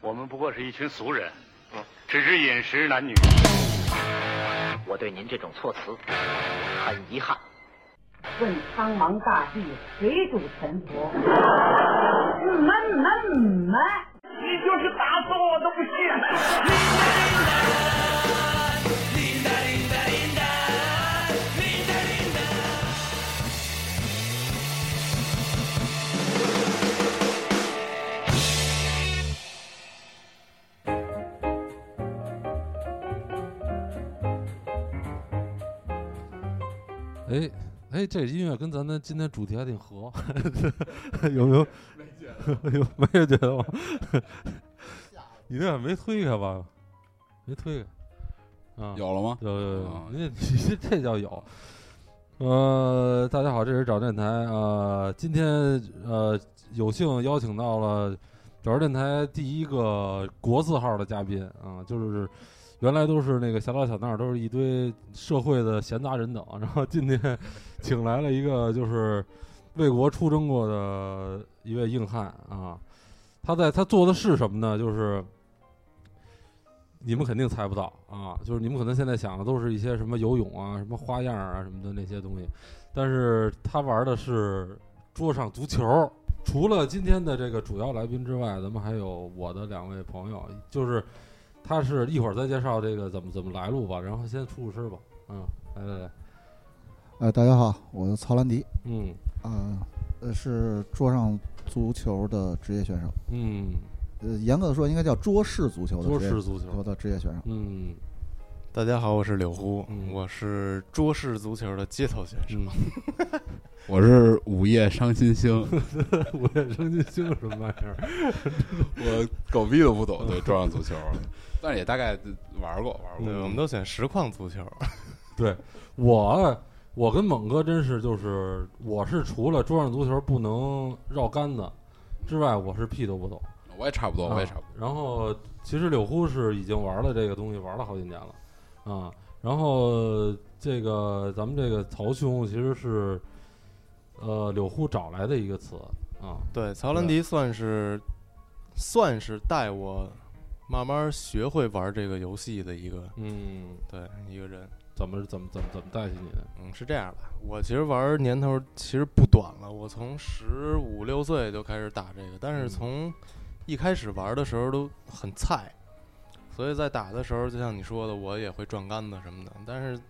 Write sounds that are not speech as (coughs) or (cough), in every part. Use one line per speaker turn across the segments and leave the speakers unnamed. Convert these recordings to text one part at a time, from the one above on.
我们不过是一群俗人，只知饮食男女。
我对您这种措辞很遗憾。
问苍茫大地，谁主沉
(laughs)
浮？嗯闷闷闷，
你就是打死我我都不信。
哎哎，这音乐跟咱的今天主题还挺合， (laughs) 有没有？ (laughs) 有没有觉得吗？你那没推开吧？没推开啊？
有了吗？
有有有
啊，
你这 (laughs) 你这叫有。呃，大家好，这是找电台啊、呃今天呃有幸邀请到了找电台第一个国字号的嘉宾啊、就是原来都是那个小打小闹，都是一堆社会的闲杂人等，然后今天 (laughs) 请来了一个就是为国出征过的一位硬汉啊，他在他做的是什么呢？就是你们肯定猜不到啊，就是你们可能现在想的都是一些什么游泳啊、什么花样啊、什么的那些东西，但是他玩的是桌上足球。除了今天的这个主要来宾之外，咱们还有我的两位朋友，就是他是一会儿再介绍这个怎么怎么来路吧，然后先出出声吧，嗯，来来来，
呃，大家好，我是曹兰迪，
嗯
啊、呃，是桌上足球的职业选手，
嗯，
呃，严格的说应该叫桌式足球的
桌
职业
式足球，
的职业选手。
嗯
大家好，我是柳胡，
嗯
我是桌式足球的街头选手。
嗯，
我是午夜伤心星，
午夜生金星什么玩意儿？
(laughs) 我狗逼都不懂对桌上足球，但是也大概玩过玩
对，我
过
们。都选实况足球。
对我，我跟猛哥真是就是，我是除了桌上足球不能绕杆子之外，我是屁都不懂。
我也差不多，我也差不
啊。然后其实柳呼是已经玩了这个东西，玩了好几年了啊。然后这个咱们这个曹兄其实是呃柳呼找来的一个词啊，
对，曹兰迪算是算是带我慢慢学会玩这个游戏的一个
嗯，
对一个人。
怎么怎么怎么怎么带起你的？
嗯，是这样的，我其实玩年头其实不短了，我从十五六岁就开始打这个，但
嗯
是从一开始玩的时候都很菜，所以在打的时候，就像你说的，我也会转杆子什么的。但是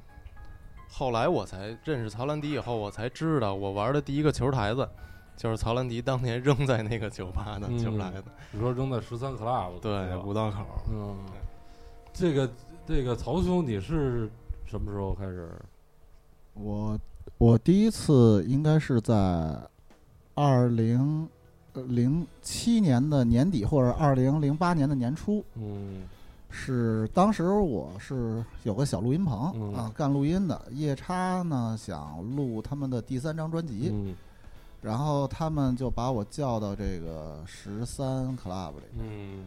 后来我才认识曹兰迪以后，我才知道我玩的第一个球台子就是曹兰迪当年扔在那个酒吧的
嗯
球台子，
你说扔在十三 club
对，
吧
五道口儿。
嗯，这个这个曹兄你是什么时候开始？
我我第一次应该是在二零零七年的年底或者二零零八年的年初，
嗯
是当时我是有个小录音棚、
嗯
啊，干录音的。夜叉呢想录他们的第三张专辑，
嗯
然后他们就把我叫到这个十三 club 里。
嗯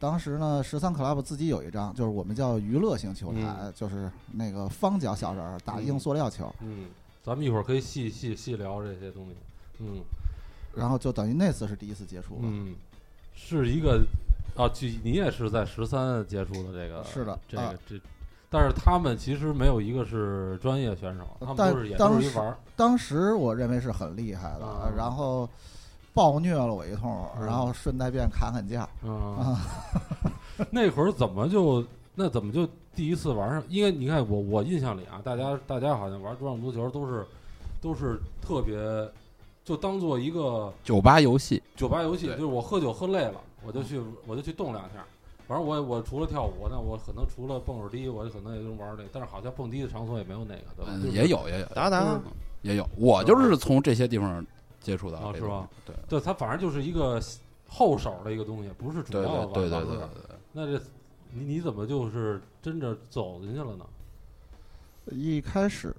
当时呢，十三 club 自己有一张，就是我们叫娱乐性球台，
嗯
就是那个方角小人儿打硬塑料球，
嗯，咱们一会儿可以细细细聊这些东西。嗯
然后就等于那次是第一次接触吧。
嗯，是一个啊，就你也是在十三接触的这个，
是的
这个、
啊
这，但是他们其实没有一个是专业选手，他们
但
都是也
当
都是一
时
玩儿。
当时我认为是很厉害的，
啊
然后暴虐了我一通，
嗯
然后顺带便砍砍价。啊
嗯，那会儿怎么就那怎么就第一次玩上？因为你看我我印象里啊，大家大家好像玩桌上足球都是都是特别就当做一个
酒吧游戏，
酒吧游戏，就
对
是我喝酒喝累了，我就去我就去动两下。反正我也我除了跳舞，那我可能除了蹦会儿迪，我可能也就玩这个。但是好像蹦迪的场所也没有那个，对吧？
嗯
就是
也有也有
达达
嗯也有。我就是从这些地方接触
啊
到，
是吧？
对
对，它反正就是一个后手的一个东西，不是主
对
要的
对对对
玩
对
法
对。
那这你你怎么就是真着走进去了呢？
一开始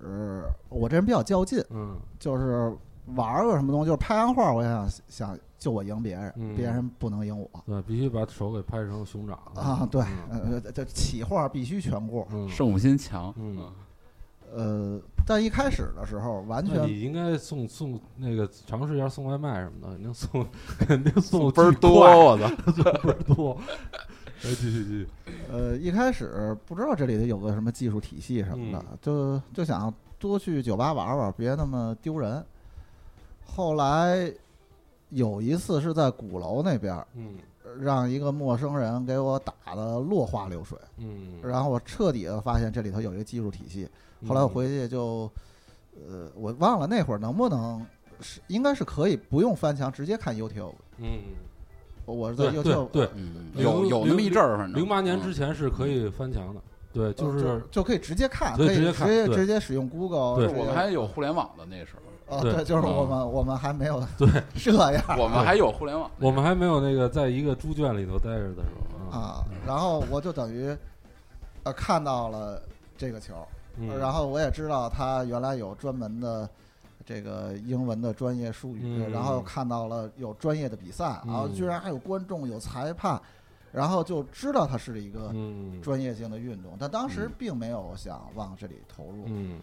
我这人比较较劲，
嗯
就是玩个什么东西，就是拍完画，我也想想就我赢别人，
嗯
别人不能赢我。
对，必须把手给拍成熊掌
啊，对，
嗯
呃，这这起画必须全过，
嗯
胜负心强，
嗯，
呃，但一开始的时候完
那
全
你应该送送那个尝试一下送外卖什么的，肯定
(laughs)
送肯定送
倍儿
巨
多，
快，
我操！
(laughs) 倍儿多。来继续继续，
呃，一开始不知道这里头有个什么技术体系什么的，
嗯
就就想多去酒吧玩玩，别那么丢人。后来有一次是在鼓楼那边儿，
嗯
让一个陌生人给我打的落花流水，
嗯。
然后我彻底的发现这里头有一个技术体系。后来我回去就，呃，我忘了那会儿能不能是应该是可以不用翻墙直接看 YouTube，
嗯，
我是在
对对
YouTube 呃
对，
(laughs) 嗯，
零
有有那么一阵儿，反正嗯
零八年之前是可以翻墙的，对，就
呃
是
就可以直接看，
可以
可以
直接
直
看
接
对
直接使用 Google
对
直接。
我们还有互联网的那时候，
哦，
对
对，就是
嗯
我们我们还没有
(laughs) 对
这样
(laughs) 我们还有互联网
我们还没有那个在一个猪圈里头待着的时候啊，
啊。然后我就等于呃看到了这个球，
嗯
然后我也知道他原来有专门的这个英文的专业术语，
嗯
然后看到了有专业的比赛，
嗯
然后居然还有观众有裁判，然后就知道它是一个
嗯
专业性的运动，但当时并没有想往这里投入。
嗯，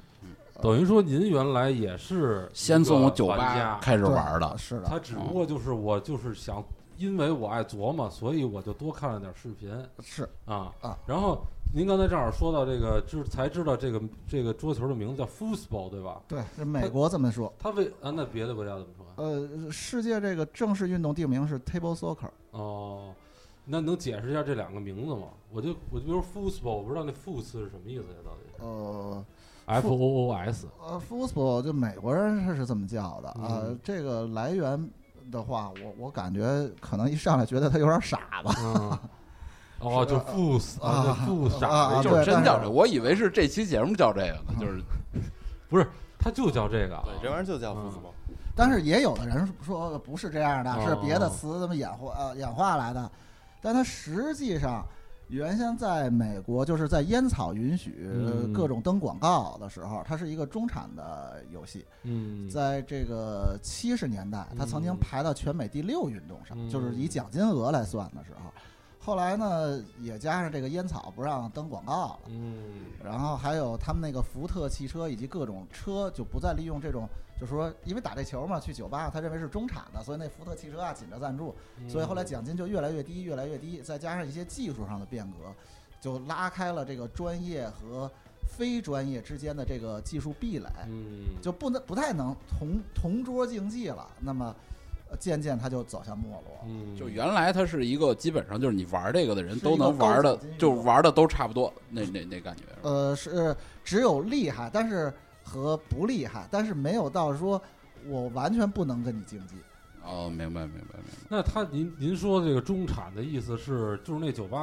等于说您原来也是
先从酒
一个玩
吧
家
开始
对
嗯玩的，
是的，
他只不过就是我就是想，因为我爱琢磨，所以我就多看了点视频
是
啊
啊。
然后您刚才正好说到这个，知才知道这个这个桌球的名字叫 football，对吧？
对，是美国这么说。
他为啊，那别的国家怎么说啊？
呃，世界这个正式运动定名是 table soccer，
哦，那能解释一下这两个名字吗？我就我就比如 football，我不知道那 foot 是什么意思呀？到底是
呃
f o o s？
呃，football 就美国人是是这么叫的啊、
嗯
这个来源的话，我我感觉可能一上来觉得他有点傻吧。 (laughs)
嗯，哦，就 foot
啊
啊，foot
啊
傻
啊
子，
就
对
是真
但
叫
是
这，我以为是这期节目叫这个呢，就是
不是，他就叫这个啊。
对，这玩意儿就叫
嗯
football。
但是也有的人说呃不是这样的，
哦
是别的词这么演化呃演化来的，但它实际上原先在美国就是在烟草允许
嗯
各种登广告的时候，它是一个中产的游戏。
嗯，
在这个七十年代，他曾经
嗯
排到全美第六运动上，
嗯
就是以奖金额来算的时候。后来呢，也加上这个烟草不让登广告了，
嗯
然后还有他们那个福特汽车以及各种车就不再利用这种，就说因为打这球嘛，去酒吧他认为是中产的，所以那福特汽车啊紧着赞助，
嗯，
所以后来奖金就越来越低，越来越低，再加上一些技术上的变革，就拉开了这个专业和非专业之间的这个技术壁垒。
嗯，
就不能不太能同同桌竞技了。那么，呃渐渐它就走向没落。
嗯
就原来它是一个基本上就是你玩这个的人
是
都
一个
能玩的
高手级运，动
就玩的都差不多，那那那感觉。
呃，是只有厉害，但是和不厉害，但是没有到说我完全不能跟你竞技。
哦，明白明白明白。
那他您您说这个中产的意思是，就是那酒吧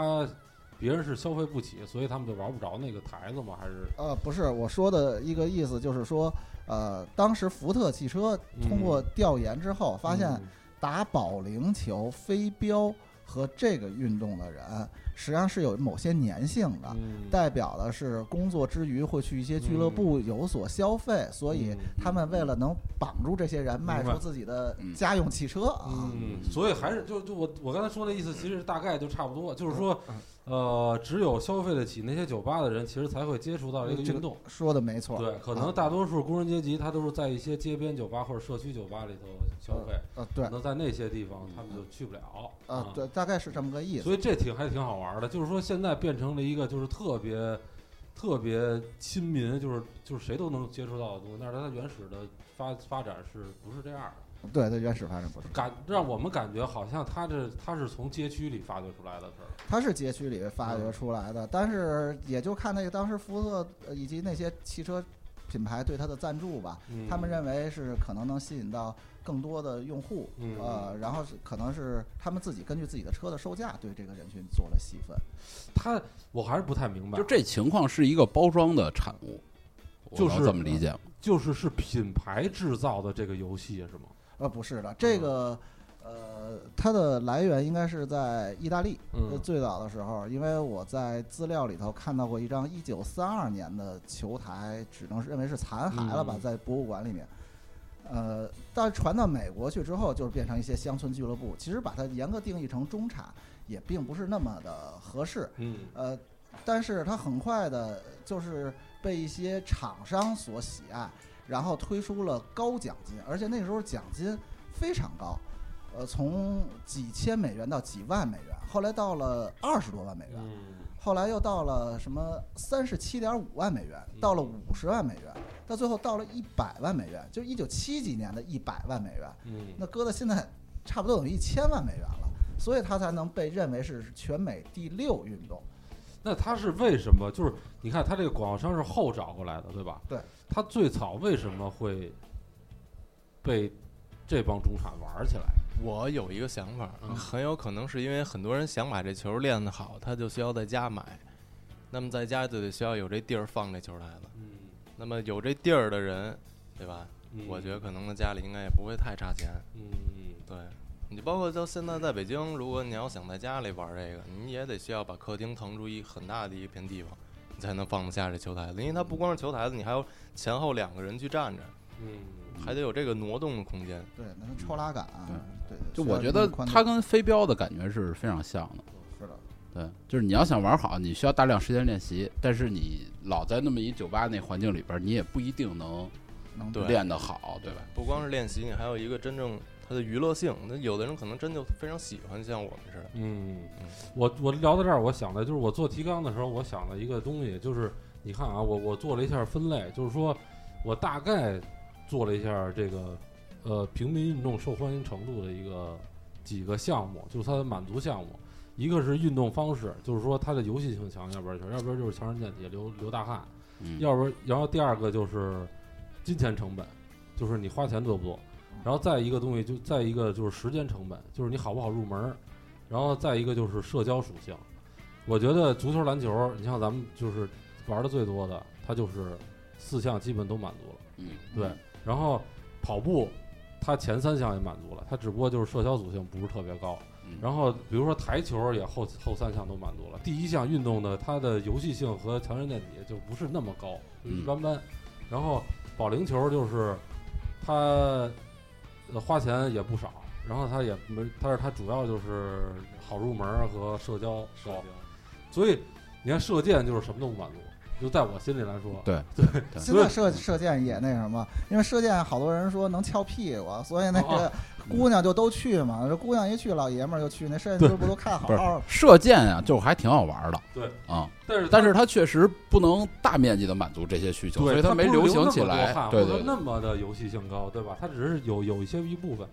别人是消费不起，所以他们就玩不着那个台子吗？还是
呃，不是我说的一个意思，就是说，呃，当时福特汽车通过调研之后，发现
嗯
打保龄球、飞镖和这个运动的人，实际上是有某些粘性的。
嗯，
代表的是工作之余会去一些俱乐部有所消费，所
嗯
以他们为了能绑住这些人，卖出自己的家用汽车啊。
嗯，所以还是就就我我刚才说那意思，其实大概就差不多，就是说，
嗯
呃，只有消费得起那些酒吧的人，其实才会接触到这个
嗯这
运动。
说的没错，
对，可能大多数工人阶级他都是在一些街边酒吧或者社区酒吧里头消费，嗯
呃
可
对
能在那些地方他们就去不了啊
呃对，大概是这么个意思。
所以这挺还挺好玩的，就是说现在变成了一个就是特别特别亲民，就是就是谁都能接触到的东西，但是它原始的发发展是不是这样的？
对，它原始发展不是，
感让我们感觉好像它这它是从街区里发掘出来的事儿。
它是街区里发
嗯
掘出来的，但是也就看那个当时福特呃以及那些汽车品牌对它的赞助吧，
嗯
他们认为是可能能吸引到更多的用户，
嗯
呃，然后是可能是他们自己根据自己的车的售价对这个人群做了细分。
它，我还是不太明白，
就这情况是一个包装的产物，我
就是
能这么理解吗？
就是是品牌制造的这个游戏是吗？
呃，不是的，
嗯
这个，呃，它的来源应该是在意大利，
嗯
呃最早的时候，因为我在资料里头看到过一张一九三二年的球台，只能是认为是残骸了吧，
嗯
在博物馆里面。呃，但传到美国去之后，就是变成一些乡村俱乐部。其实把它严格定义成中产，也并不是那么的合适。
嗯
呃，但是它很快的就是被一些厂商所喜爱，然后推出了高奖金，而且那时候奖金非常高，呃，从几千美元到几万美元，后来到了二十多万美元，
嗯
后来又到了什么三十七点五万美元，到了五十万美元，到最后到了一百万美元，就一九七几年的一百万美元，
嗯
那搁到现在差不多等于一千万美元了，所以它才能被认为是全美第六运动。
那他是为什么？就是你看他这个广告商是后找过来的，对吧？
对。
他最早为什么会被这帮中产玩起来？
我有一个想法
嗯，
很有可能是因为很多人想把这球练得好，他就需要在家买，那么在家就得需要有这地儿放这球来了。
嗯，
那么有这地儿的人，对吧？我觉
得，
得可能他家里应该也不会太差钱。
嗯，
对，你包括到现在在北京，如果你要想在家里玩这个，你也得需要把客厅腾出一很大的一片地方，你才能放得下这球台子。因为它不光是球台子，你还要前后两个人去站着，
嗯，
还得有这个挪动的空间。
对，那是抽拉杆、对对，
嗯就
需要
我觉
这
得
种宽
它
度
跟飞镖的感觉是非常像的。
是的，
对，就是你要想玩好，你需要大量时间练习，但是你老在那么一酒吧那环境里边，你也不一定能
能
对
练得好，对吧？
不光是练习，你还有一个真正它的娱乐性。那有的人可能真就非常喜欢，像我们似的。
嗯
嗯，
我我聊到这儿，我想的就是我做提纲的时候，我想了一个东西，就是你看啊，我我做了一下分类，就是说我大概做了一下这个呃平民运动受欢迎程度的一个几个项目，就是它的满足项目。一个是运动方式，就是说它的游戏性强，要不然就是要不然就是强身健体、流流大汗，
嗯，
要不然然后第二个就是金钱成本，就是你花钱多不多，然后再一个东西就再一个就是时间成本，就是你好不好入门儿，然后再一个就是社交属性。我觉得足球、篮球，你像咱们就是玩的最多的，它就是四项基本都满足了。
嗯，
对。然后跑步，它前三项也满足了，它只不过就是社交属性不是特别高。
嗯
然后比如说台球也后后三项都满足了，第一项运动呢，它的游戏性和强身健体就不是那么高，就一
嗯
般般。然后保龄球就是它呃花钱也不少，然后它也没，但是它主要就是好入门儿和社交高，所以你看射箭就是什么都不满足，就在我心里来说，
对
对，
现
所
在
以
射射箭也那什么，因为射箭好多人说能翘屁股，啊所以那
哦
个姑娘就都去嘛。这姑娘一去，老爷们儿就去，那摄影师不都看好
不是
好？
射箭啊，就是还挺好玩的。
对
啊、
但是
但是它确实不能大面积的满足这些需求，所
对，
以
它
没
不是
流行
那
起
么多
来
汗。
对
或者
对对
那么的游戏性高，对吧？它只是有有一些一部分。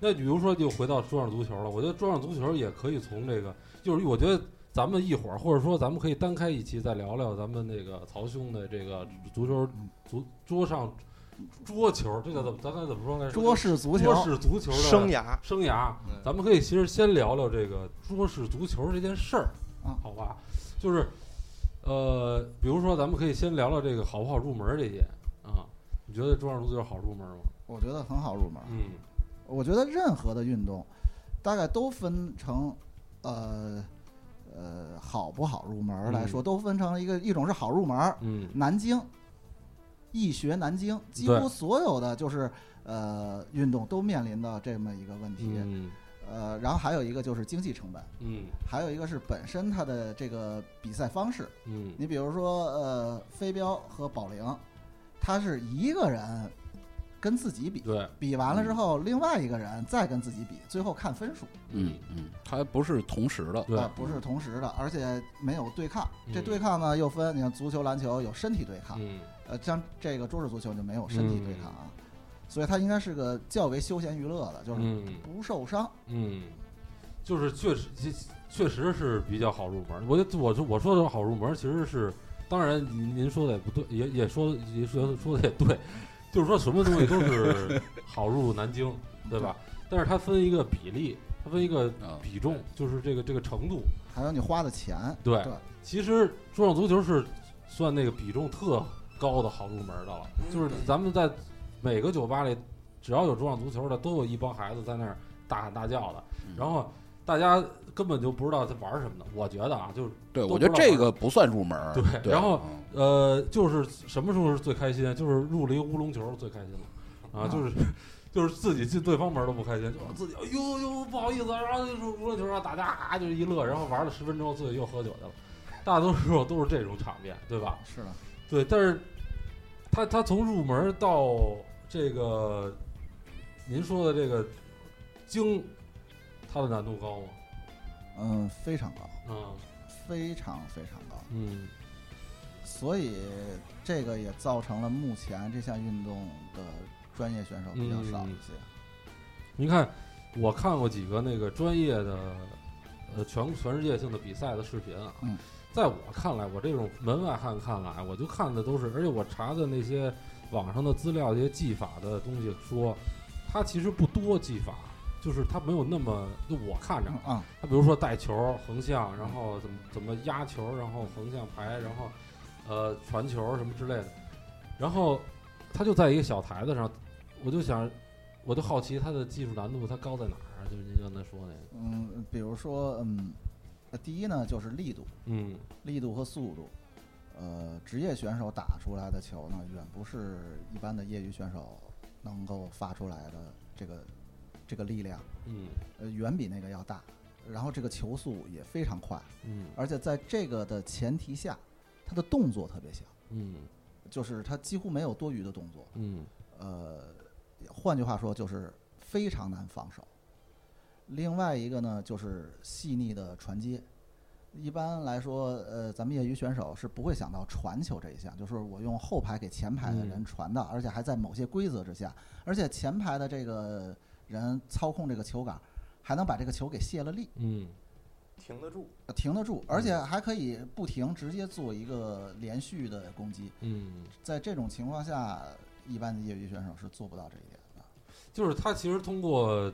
那比如说，就回到桌上足球了，我觉得桌上足球也可以从这个，就是我觉得咱们一会儿，或者说咱们可以单开一期再聊聊咱们那个曹兄的这个足球足桌上桌球，这个怎么咱该怎么说呢？
桌式足
桌
球，
式足球的
生涯，
生涯
嗯，
咱们可以其实先聊聊这个桌式足球这件事儿
嗯，
好吧？就是，呃，比如说咱们可以先聊聊这个好不好入门这些啊？你觉得桌上足球好入门吗？
我觉得很好入门。
嗯
我觉得任何的运动，大概都分成，呃，呃，好不好入门儿来
嗯
说，都分成一个一种是好入门儿，
嗯
南京，易学南京，几
对
乎所有的就是呃运动都面临到这么一个问题。
嗯
呃，然后还有一个就是经济成本，
嗯
还有一个是本身它的这个比赛方式。
嗯
你比如说，呃，飞镖和保龄，它是一个人跟自己比，
对，
比完了之后，另外一个人再跟自己比，最后看分数，
嗯嗯，它不是同时的。
对
呃，不是同时的，而且没有对抗。这
嗯
对抗呢又分，你看足球、篮球有身体对抗，
嗯
呃，像这个桌式足球就没有身体对抗啊，所以它应该是个较为休闲娱乐的，就是
嗯
不受伤。
嗯，就是确实其确实是比较好入门。我觉得我说我说的好入门，其实是当然您您说的也不对，也也说也说说的也对，就是说什么东西都 (laughs) 是好入南京，对吧？但是它分一个比例，它分一个
啊
比重，就是这个这个程度。
还有你花的钱，
对，
对
其实桌上足球是算那个比重特高的好入门的了，就是咱们在每个酒吧里，只要有桌上足球的，都有一帮孩子在那儿大喊大叫的，
嗯
然后大家根本就不知道在玩什么的。我觉得啊，就是
对，
都不
我觉得
知道
这个不算入门儿。
对
对
然后
嗯
呃，就是什么时候是最开心？啊就是入了一个乌龙球是最开心的，啊，就是。就是自己进对方门都不开心，就自己哎呦呦不好意思啊，然后就是乌龙球啊打架啊，就是一乐，然后玩了十分钟，自己又喝酒去了，大多数都是这种场面，对吧？
是的，
对，但是他他从入门到这个您说的这个精，它的难度高吗？
嗯，非常高，
嗯
非常非常高。
嗯
所以这个也造成了目前这项运动的专业选手比较
嗯
少一些。 (coughs)
您看，我看过几个那个专业的，呃，全全世界性的比赛的视频啊。
嗯
在我看来，我这种门外汉看来，我就看的都是，而且我查的那些网上的资料、这些技法的东西说，它其实不多技法，就是它没有那么，就我看着
嗯啊，
他比如说带球、横向，然后怎么怎么压球，然后横向排，然后呃传球什么之类的，然后他就在一个小台子上，我就想，我就好奇他的技术难度它高在哪儿啊？就是您刚才说那个，
嗯，比如说，嗯，呃第一呢就是力度，
嗯
力度和速度。呃，职业选手打出来的球呢，远不是一般的业余选手能够发出来的这个这个力量，
嗯
呃，远比那个要大。然后这个球速也非常快，
嗯
而且在这个的前提下，他的动作特别小，
嗯
就是他几乎没有多余的动作。
嗯
呃，换句话说就是非常难防守。另外一个呢，就是细腻的传接。一般来说，呃，咱们业余选手是不会想到传球这一项，就是我用后排给前排的人
嗯
传的，而且还在某些规则之下，而且前排的这个人操控这个球杆，还能把这个球给卸了力，
嗯
停得住。
呃停得住，而且还可以不停直接做一个连续的攻击。
嗯，
在这种情况下，一般的业余选手是做不到这一点的。
就是他其实通过，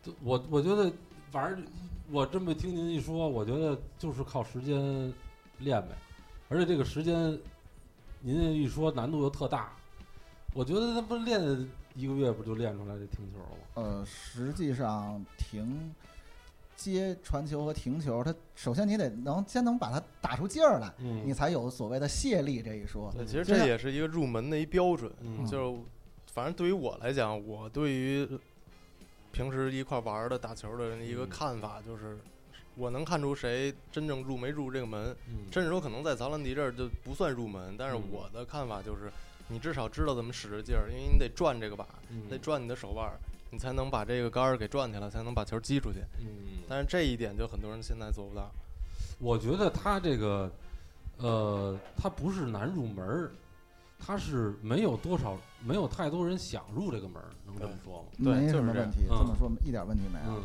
就我我觉得，反正我这么听您一说，我觉得就是靠时间练呗，而且这个时间，您这一说难度又特大，我觉得他不练一个月不就练出来这停球了吗？
呃，实际上停接传球和停球，它首先你得能先能把它打出劲儿来，你
嗯
才有所谓的卸力这一说。
对，其实
就
这
像
也是一个入门的一标准，
嗯
就是反正对于我来讲，我对于平时一块玩儿的打球的人一个
嗯
看法就是，我能看出谁真正入没入这个门，
嗯，
甚至说可能在曹兰迪这儿就不算入门，但是
嗯
我的看法就是，你至少知道怎么使着劲儿，因为你得转这个把，
嗯
得转你的手腕儿，你才能把这个杆儿给转起来，才能把球击出去。
嗯，
但是这一点就很多人现在做不到。
我觉得他这个，呃，他不是难入门儿，他是没有多少没有太多人想入这个门儿，能这么说吗？
对
没什
就是
么
这
问
样
题，这
嗯
么说一点问题
啊
没有。
嗯，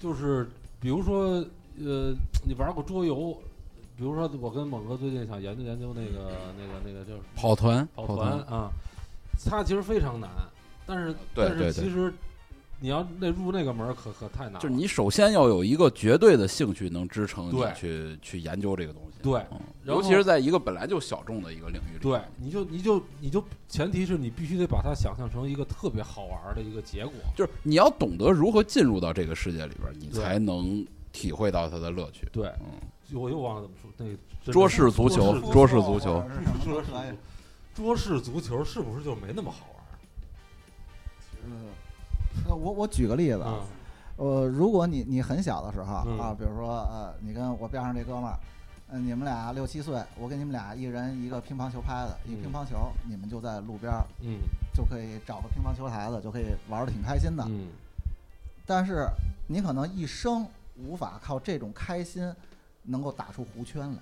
就是比如说，呃，你玩过桌游，比如说我跟猛哥最近想研究研究那个那个那个就是
跑团，
跑团啊，它其实非常难，但是
对
但
对对
是其实你要那入那个门儿可可太难了，
就是你首先要有一个绝对的兴趣能支撑你
对
去去研究这个东西，
对
嗯，
然
尤
后
其是在一个本来就小众的一个领域里，
对，你就你就你就前提是你必须得把它想象成一个特别好玩儿的一个结果，
就是你要懂得如何进入到这个世界里边儿，你
对
才能体会到它的乐趣。
对，
嗯，
我又忘了怎么说那个真的
桌式足球
桌式
桌式足球
或者是什么
桌
都
式
可以
足桌式足球是不是就没那么好玩儿？
嗯呃我我举个例子，
啊，
呃，如果你你很小的时候
嗯
啊，比如说呃，你跟我边上这哥们儿，呃，你们俩六七岁，我给你们俩一人一个乒乓球拍子，一
嗯
乒乓球，你们就在路边儿
嗯
就可以找个乒乓球台子，就可以玩的挺开心的。
嗯
但是你可能一生无法靠这种开心能够打出弧圈来，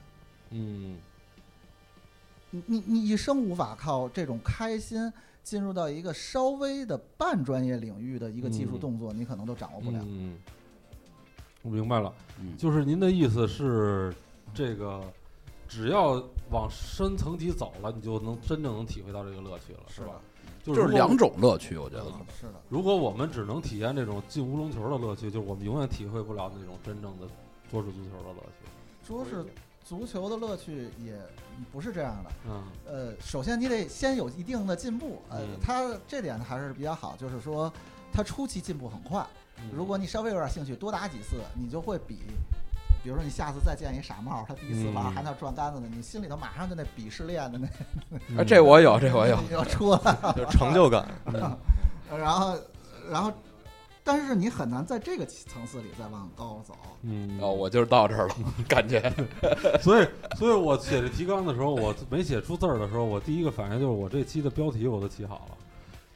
嗯
你你你一生无法靠这种开心进入到一个稍微的半专业领域的一个技术
嗯
动作，你可能都掌握不了。
嗯，我明白了，
嗯
就是您的意思是，这个只要往深层级走了，你就能真正能体会到这个乐趣了，是吧？就
就
如
是
果
两。种乐趣，我觉得
嗯，是的，
如果我们只能体验这种进乌龙球的乐趣，就是我们永远体会不了那种真正的桌式足球的乐趣。
说是足球的乐趣也不是这样的。
嗯
呃，首先你得先有一定的进步，呃
嗯，
他这点还是比较好，就是说他初期进步很快。
嗯，
如果你稍微有点兴趣，多打几次，你就会比，比如说你下次再见一傻帽，他第一次玩
嗯
还那转杆子呢，你心里头马上就那鄙视链的那
嗯
哎，这我
(laughs)
有，这我有，
要出来，
就是成就感，
呃然后，然后，但是你很难在这个层次里再往高走。
嗯，
哦，我就是到这儿了，感觉
(laughs) 所以，所以我写这提纲的时候，我没写出字儿的时候，我第一个反应就是我这期的标题我都起好了，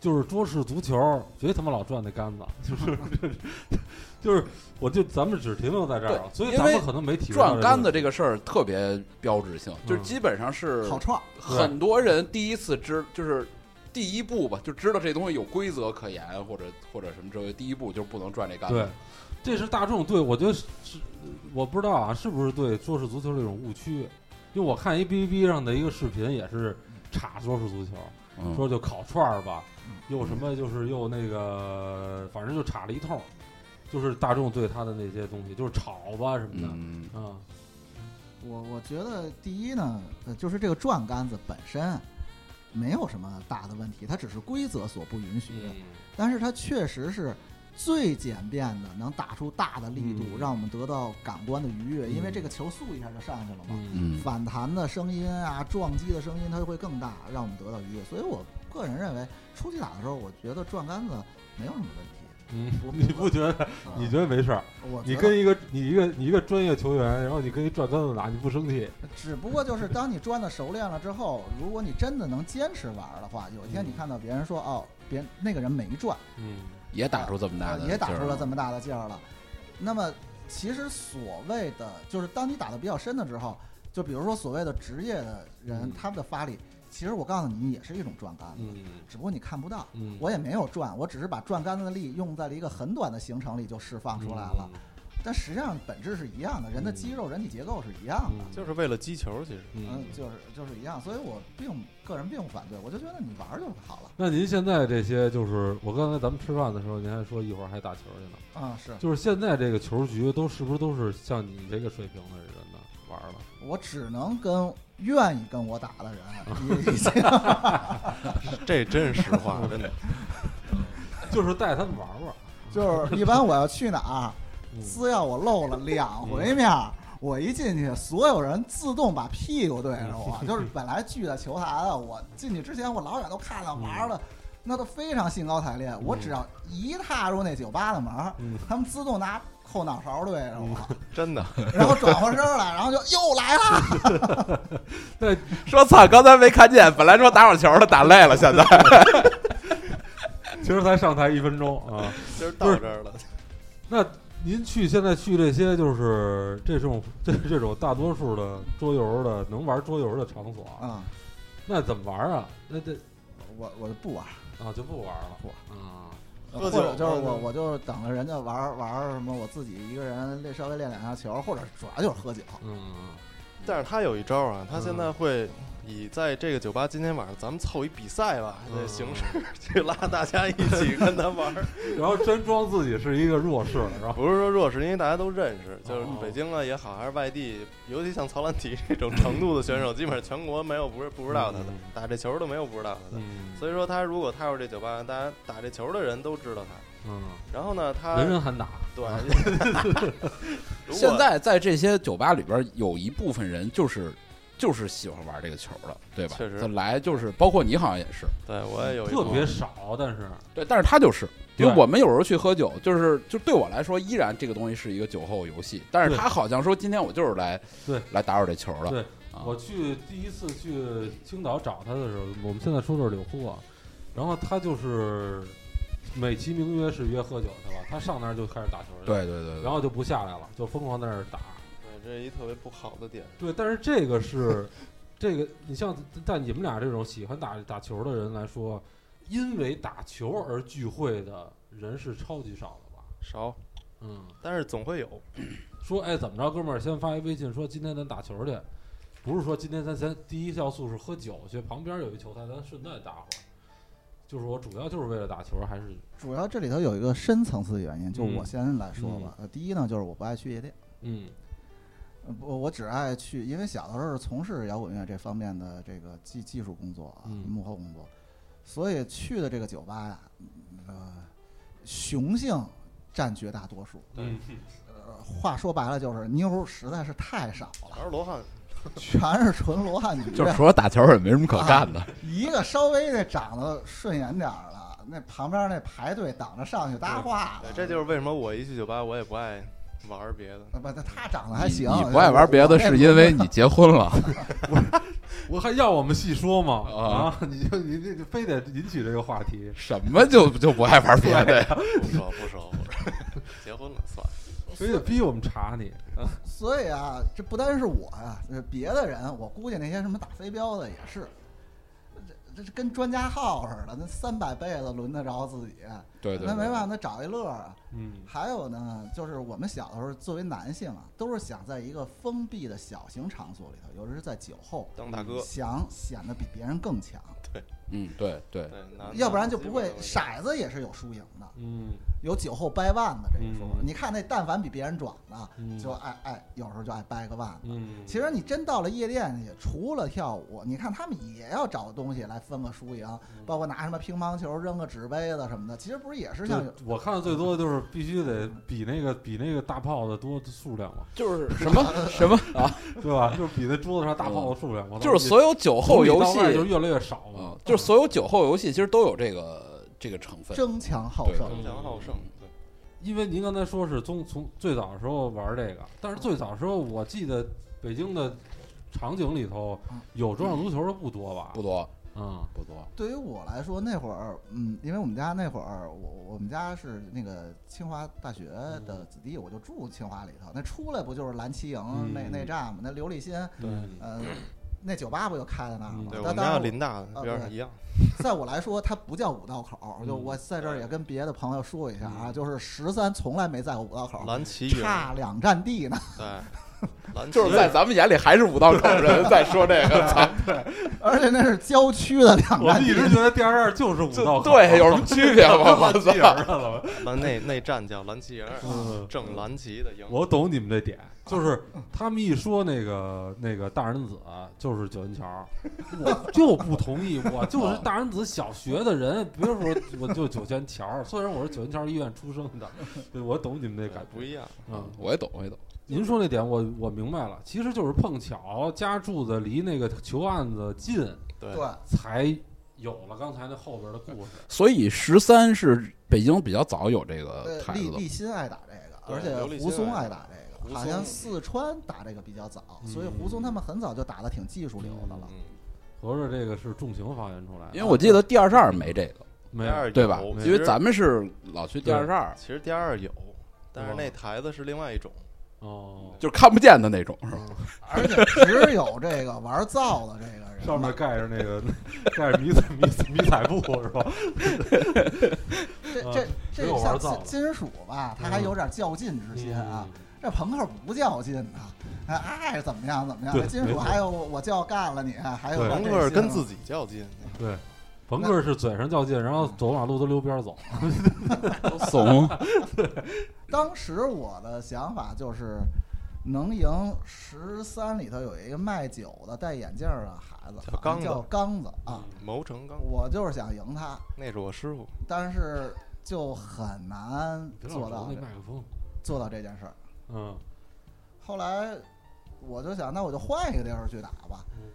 就是桌式足球，谁他妈老转那杆子，就是就是，我就咱们只停留在这儿了，
对
所以
因
咱们
为
可能没体会到
转
这
杆
个
子这个事儿特别标志性，就是基本上是
好创，
很多人第一次知，就是第一步吧，就知道这东西有规则可言，或者或者什么之类的。第一步就是不能转这杆
对
子。，
这是大众对我觉得是，是我不知道啊，是不是对桌式足球这种误区？因为我看一哔哩哔哩上的一个视频，也是查桌式足球，
嗯
说就烤串儿吧
嗯，
又什么就是又那个，反正就查了一通，就是大众对他的那些东西，就是炒吧什么的，
嗯，
啊，
我我觉得第一呢，呃，就是这个转杆子本身没有什么大的问题，它只是规则所不允
嗯
许，但是它确实是最简便的，能打出大的力度，
嗯
让我们得到感官的愉悦，因为
嗯
这个球速一下就上去了嘛。
嗯
嗯
反弹的声音啊，撞击的声音，它会更大，让我们得到愉悦。所以我个人认为，初期打的时候，我觉得转杆子没有什么问题。
嗯
我，
你不觉得？
啊
你觉得没事儿？
我
你
觉得
跟一个你一个你一个专业球员，然后你跟一转杆子打，你不生气？
只不过就是当你转的熟练了之后，如果你真的能坚持玩儿的话，有一天
嗯
你看到别人说哦，别人那个人没转，
嗯
也打出这么大
啊
的劲儿，
也打出了这么大的劲儿了。那么其实所谓的就是当你打的比较深的之后，就比如说所谓的职业的人，
嗯
他们的发力，其实我告诉你也是一种转杆子，
嗯
只不过你看不到。
嗯，
我也没有转，我只是把转杆子的力用在了一个很短的行程里就释放
嗯
出来了。但实际上本质是一样的，人的肌肉、人体结构是一样
嗯，
(laughs) 的，
嗯
就是为了击球，其实
嗯，就是就是一样。所以我并个人并不反对，我就觉得你玩儿就好了。
那您现在这些就是我刚才咱们吃饭的时候，您还说一会儿还打球去呢，
啊、是
就是现在这个球局都是不是都是像你这个水平的人呢玩儿了？
我只能跟愿意跟我打的人，已已经
这真是实话，真的。 (laughs)
就是带他们玩玩，
就是一般我要去哪儿，
嗯
只要我露了两
嗯
回面儿，我一进去，所有人自动把屁股对着
(laughs)
我，就是本来聚在球台的，我进去之前我老远都看到玩儿
嗯
了，那都非常兴高采烈。我只要一踏入那酒吧的门儿
嗯，
他们自动拿后脑勺对着我，
真的， (laughs)
然后转过身儿来，然后就又来了。
对，
说操，刚才没看见，本来说打会儿球的，打累了，现在
其实才上台一分钟啊。
今 (laughs) 儿到这儿了。
那您去现在去这些就是这种这这种大多数的桌游的能玩桌游的场所，
啊，
那怎么玩啊？那这
我我就不玩儿，
啊就不玩了，
不
啊，
或
喝
者
酒
就是我
嗯
我就等着人家玩儿玩儿什么，我自己一个人练稍微练两下球，或者主要就是喝酒。
嗯
但是他有一招啊，他现在
嗯
会以在这个酒吧今天晚上咱们凑一比赛吧
嗯
的形式 (laughs) 去拉大家一起跟他玩儿。
嗯，然后真装自己是一个弱势，然后
不是说弱势，因为大家都认识，就是
哦
北京啊也好，还是外地，尤其像曹兰迪这种程度的选手，基本上全国没有不是不知道他的
嗯，
打这球都没有不知道他的。
嗯
所以说他如果踏入这酒吧，大家打这球的人都知道他。
嗯，
然后呢，他
人人喊打， (laughs)
对，如果
现在在这些酒吧里边，有一部分人就是就是喜欢玩这个球了，对吧？
确实
他来就是，包括你好像也是，
对我也有一
特
种
别少，但是
对，但是他就是，因为
对
我们有时候去喝酒，就是就对我来说，依然这个东西是一个酒后游戏，但是他好像说今天我就是来
对
来打扰这球了，
对
啊
我去第一次去青岛找他的时候，我们现在说的是柳沪啊，然后他就是美其名曰是约喝酒去了，他上那儿就开始打球去了，
对对对
然
对，
后就不下来了，就疯狂在那儿打。
对，这是一特别不好的点。
对，但是这个是这个，你像在你们俩这种喜欢打打球的人来说，因为打球而聚会的人是超级少的吧？
少，
嗯，
但是总会有。
说哎怎么着，哥们儿先发一微信说今天咱打球去，不是说今天咱咱第一要素是喝酒去，旁边有一球台，咱顺带打会儿。就是我主要就是为了打球，还是
主要这里头有一个深层次的原因，就
嗯
我先来说吧。呃，第一呢，就是我不爱去夜店，
嗯
呃不，我只爱去，因为小的时候是从事摇滚乐这方面的这个技技术工作啊，
嗯
幕后工作，所以去的这个酒吧呀、呃，雄性占绝大多数。
(laughs) 嗯
呃，话说白了就是妞儿实在是太少了，
全是罗
啊
汉，
全是纯罗汉女，啊
就是除了打球也没什么可干的，
一个稍微那长得顺眼点儿的，那旁边那排队挡着上去搭话了
对，这就是为什么我一去酒吧我也不爱玩别
(laughs)
的。
啊不，他他长得还行。
你不爱玩别的，是因为你结
(laughs)
婚了。
我还要我们细说吗？
啊
啊，你就你这非得引起这个话题，
什么就就不爱玩别的呀？
不说不说，不说 (laughs) 结婚了算了。
非得逼我们查你。
所以啊，这不单是我呀、啊，这别的人，我估计那些什么打飞镖的也是，这这是跟专家号似的，那三百辈子轮得着自己。啊
对对，
那
对
没办法，那找一乐儿啊。
嗯
还有呢，就是我们小的时候，作为男性啊，都是想在一个封闭的小型场所里头，尤其是在酒后，
当大哥
嗯
想显得比别人更强，
嗯，对对
对，拿
要不然就不会
拿自己玩
骰子也是有输赢的，
嗯，
有酒后掰腕子这一说。
嗯
你看那但凡比别人壮的，啊
嗯
就爱爱有时候就爱掰个腕子。
嗯，
其实你真到了夜店里，除了跳舞，你看他们也要找东西来分个输赢，
嗯
包括拿什么乒乓球扔个纸杯子什么的，其实不是也是
就
像有
我看的最多就是必须得比那个比那个大炮的多数量嘛，
就是什
(laughs)
么什么啊，
对吧？就是比那桌子上大炮的数 (laughs) 量嘛。
就是所有酒后游
从
戏
里到外就越来越少嘛，，
啊就是所有酒后游戏其实都有这个这个成分。
争强好胜。
争强好胜。对，
因为您刚才说是从从最早的时候玩这个，但是最早的时候我记得北京的场景里头
嗯
有桌上足球的不多吧？
不多
嗯，
不多，
对于我来说，那会儿，嗯，因为我们家那会儿，我我们家是那个清华大学
嗯
的子弟，我就住清华里头。那出来不就是蓝旗营那
嗯
那站吗？那琉璃心，
对，
呃，那酒吧不就开在那儿
嗯
吗
对？我
那
们
当
家
然
林大
啊
边
对
上一样，
我， (laughs) 在我来说，它不叫五道口儿。就
嗯
我在这儿也跟别的朋友说一下啊，就是十三从来没在过五道口儿，
蓝旗营
哦差两站地呢。
(laughs) 对，蓝旗
就是在咱们眼里还是五道口
(laughs)
人在说这个，操
而且那是郊区的两
我
站
一
地。
直觉得电视二就是五道口，
(laughs) 对，有什
(laughs)
么区别吗？啊我
记人
操！
了。
蓝那那站叫蓝旗营，
嗯
(laughs) 正蓝旗的营。
我懂你们这点，就是他们一说那个那个大人子就是九元桥，我就不同意，我就是大人子小学的人，别说我就九元桥，虽然我是九元桥医院出生的，对，我懂你们这
对
感觉
不一样，
嗯，
我也懂，我也懂。
您说那点我我明白了，其实就是碰巧家住的离那个球案子近，
对
对，
呃才有了刚才那后边的故事。
所以十三是北京比较早有这个
呃，
台
立
子
立新爱打这个，
对
而且胡松爱打这个，
刘立新爱打
好像四川打这个比较早，
嗯
所以胡松他们很早就打得挺技术流的了。
嗯，
合着这个是重型发源出来的，
因为我记得第二十二没这个，
没
第二
有
有
对吧？
没有
其
因为
实
咱们是老去第二十二，
其实第二有，但是
哦
那台子是另外一种，
哦，
就是看不见的那种，是吧？
而且只有这个玩造的这个人，
上面盖着那个 (laughs) 盖着迷彩迷彩迷彩布是吧？啊
这这
只有玩
这像
造的嗯
金金属吧，它还有点较劲之心啊。这朋克不较劲啊，哎爱怎么样怎么样。
对
这金
没
属
错
还有我就要干了你，啊还有
对
朋
这
克儿
心
跟自己较劲，
嗯，对，朋克是嘴上较劲，然后走马路都溜边走。
怂，
当时我的想法就是，能赢十三里头有一个卖酒的戴眼镜儿的孩子，
叫刚子
叫刚子啊，
谋成刚，
我就是想赢他，
那是我师傅，
但是就很难
别老
做到
揉
这
那麦克风，
做到这件事儿。
嗯
后来我就想，那我就换一个地儿去打吧，
嗯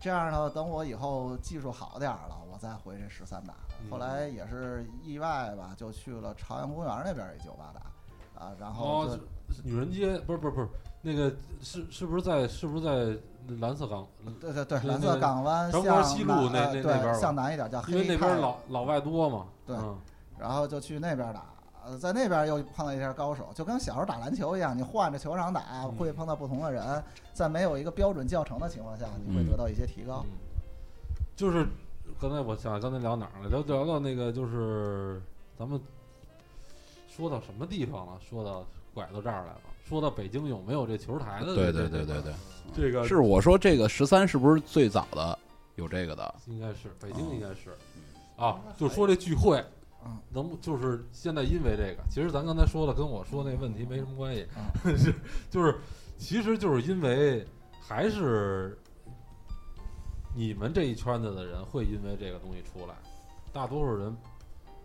这样呢，等我以后技术好点儿了，我再回这十三打。
嗯
后来也是意外吧，就去了朝阳公园那边儿一酒吧打，啊，然后
哦
就，
女人街不是不是不是那个是是不是在是不是在蓝色港？
对对对，
对
蓝
那
色
个
港湾
长
向
坡西路那
南呃
那那
对
边儿吧
向南一点叫
因为
黑
那
派
边老老外多嘛。
对
嗯
然后就去那边打。呃，在那边又碰到一些高手，就跟小时候打篮球一样，你换着球场打，
嗯
会碰到不同的人，在没有一个标准教程的情况下，你会得到一些提高。
嗯就是刚才我想刚才聊哪儿了？聊聊到那个就是咱们说到什么地方了？说到拐到这儿来了。说到北京有没有这球台的？
对对对对对。
这个
是我说这个十三是不是最早的有这个的？
应该是北京，应该是、啊，就说这聚会
嗯。
能不就是现在因为这个，其实咱刚才说的跟我说那问题没什么关系， (laughs) 是就是其实就是因为还是你们这一圈子的人会因为这个东西出来，大多数人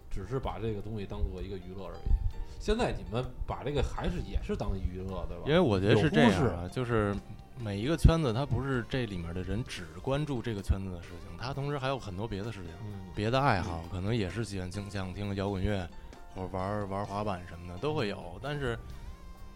只是把这个东西当做一个娱乐而已。现在你们把这个还是也是当娱乐对吧？
因为我觉得是这样啊，就是每一个圈子，它不是这里面的人只关注这个圈子的事情，他同时还有很多别的事情，
嗯
别的爱好，可能也是喜欢听想听摇滚乐，或者玩玩滑板什么的都会有。但是，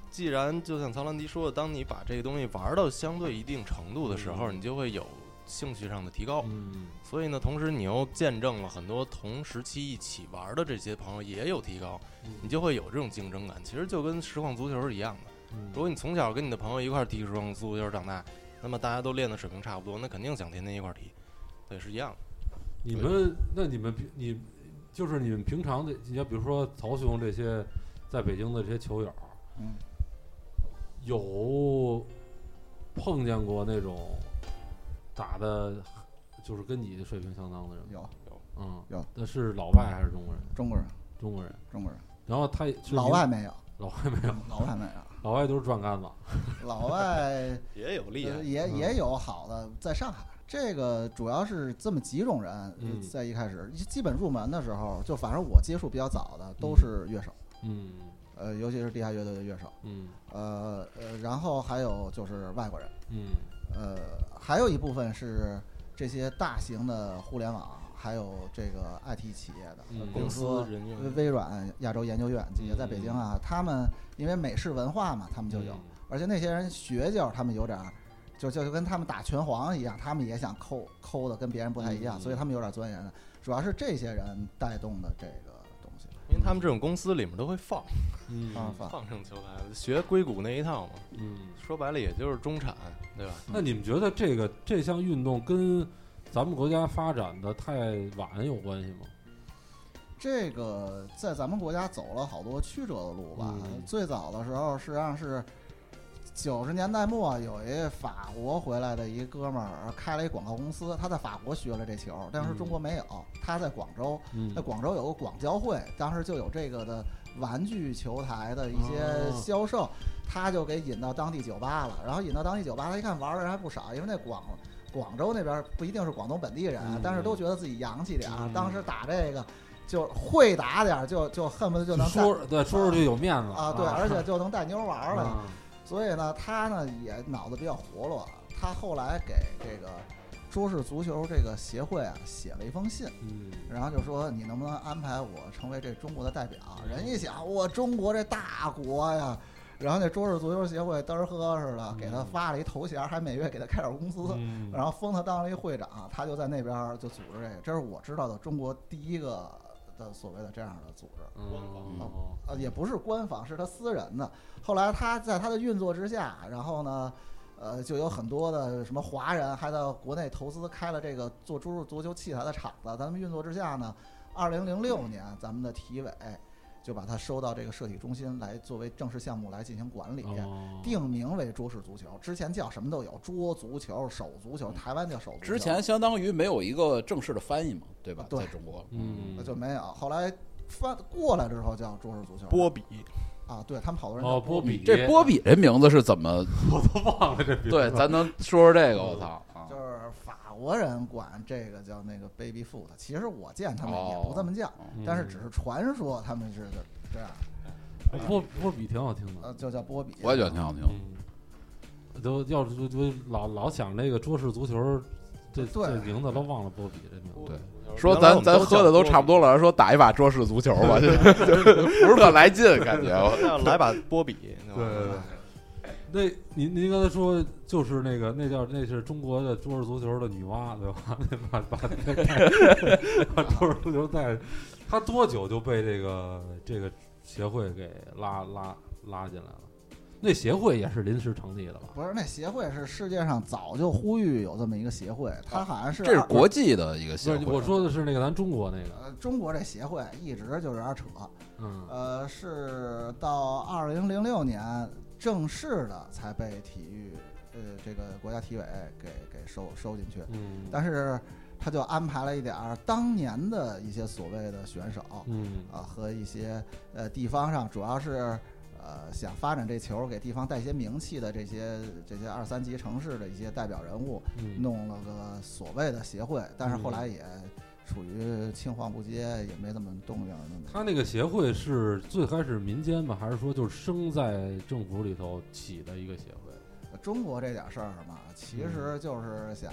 既然就像曹兰迪说的，当你把这个东西玩到相对一定程度的时候，你就会有兴趣上的提高。
嗯
所以呢，同时你又见证了很多同时期一起玩的这些朋友也有提高，你就会有这种竞争感。其实就跟实况足球是一样的。
嗯
如果你从小跟你的朋友一块儿踢实况足球长大，那么大家都练的水平差不多，那肯定想天天一块儿踢，对，是一样的。
你们那你们平你就是你们平常的，你像比如说曹兄这些在北京的这些球友，
嗯，
有碰见过那种打的，就是跟你水平相当的人吗？
有
嗯，
有，
那是老外还是中国人？
中国人，
中国人。
中国人，
然后他也是
老
您
外，没有，
老外没有，
老外没有，
老外都是壮杆子。
老外。
也有厉
呃也
嗯
也有好的，在上海，这个主要是这么几种人，
嗯
在一开始基本入门的时候，就反正我接触比较早的都是乐手，
嗯
呃，尤其是地下乐队的乐手，
嗯
呃呃，然后还有就是外国人，
嗯
呃，还有一部分是这些大型的互联网，还有这个 IT 企业的，
嗯
比如
公
说
司人
微
员嗯
微软亚洲研究院也在北京啊，他们因为美式文化嘛，他们就有。而且那些人学究，他们有点儿，就就就跟他们打拳皇一样，他们也想抠抠的跟别人不太一
嗯
样，所以他们有点钻研的。主要是这些人带动的这个东西
因为他们这种公司里面都会放
嗯
啊，放
放上球台，学硅谷那一套嘛，
嗯。
说白了也就是中产，对吧？
那你们觉得这个这项运动跟咱们国家发展的太晚有关系吗？
这个在咱们国家走了好多曲折的路吧。
嗯
最早的时候，实际上是九十年代末，有一法国回来的一哥们儿开了一广告公司，他在法国学了这球，但是中国没有，他在广州，
嗯
那广州有个广交会，当时就有这个的玩具球台的一些
哦
销售，他就给引到当地酒吧了。然后引到当地酒吧，他一看玩儿的人还不少，因为那广广州那边不一定是广东本地人，啊
嗯
但是都觉得自己洋气点儿。
嗯
当时打这个就会打点儿，就就恨不得就能带
说对说出去有面子
啊，对，而
(laughs)
且就能带妞玩儿了。
啊
所以呢，他呢也脑子比较活络，他后来给这个中式足球这个协会啊写了一封信。
嗯
然后就说你能不能安排我成为这中国的代表？人一想，我中国这大国呀，然后那中式足球协会嘚儿呵似的给他发了一头衔，还每月给他开点工资，
嗯
然后封他当了一会长，他就在那边儿就组织这个，这是我知道的中国第一个的所谓的这样的组织。
哦
呃，也不是官方，是他私人的。后来他在他的运作之下，然后呢，呃，就有很多的什么华人还到国内投资开了这个做猪肉足球器材的厂子。咱们运作之下呢，二零零六年咱们的体委就把它收到这个社体中心来作为正式项目来进行管理。
哦
定名为桌式足球，之前叫什么都有，桌足球、手足球，台湾叫手足球，
之前相当于没有一个正式的翻译嘛，对吧？
对
在中国，
嗯
呃就没有。后来翻过来之后叫桌式足球，
波比
啊，对他们好多人叫
哦波比
这波比这名字是怎么？
我都忘了这名字 (laughs)
对，咱能说说这个？我操啊！
就是法国人管这个叫那个 baby foot，其实我见他们也
哦
不这么叫，
哦
但是只是传说他们是这样，
哎波波比挺好听的
呃，就叫波比。
我也觉得挺好听。
嗯都要是就就老老想那个桌式足球这
对
这名字都忘了波比这名字
对说咱咱喝的都
(laughs)
差不多了，说打一把桌式足球吧，就不是特来劲，感觉我
多，来把波 (laughs) 比，对
对对那您您刚才说就是那个那叫那是中国的桌式足球的女娲对吧？ (laughs) 把把把把桌式足球带，她多久就被这个这个协会给拉拉拉进来了？那协会也是临时成立的吧？
不是那协会是世界上早就呼吁有这么一个协会，它好像是
(laughs) 啊这是国际的一个
不
协
是
会。
我说的是那个咱中国那个，
呃中国这协会一直就是有点扯，
嗯
呃，是到二零零六年正式的才被体育呃这个国家体委给给收收进去，
嗯
呃
但是他就安排了一点儿当年的一些所谓的选手
嗯
啊和一些呃地方上主要是呃想发展这球给地方带一些名气的这些这些二三级城市的一些代表人物，
嗯
弄了个所谓的协会，但是后来也处于青黄不接，也没怎么动静儿。那么
他那个协会是最开始民间吧，还是说就是生在政府里头起的一个协会？
中国这点事儿嘛，其
嗯
实就是想，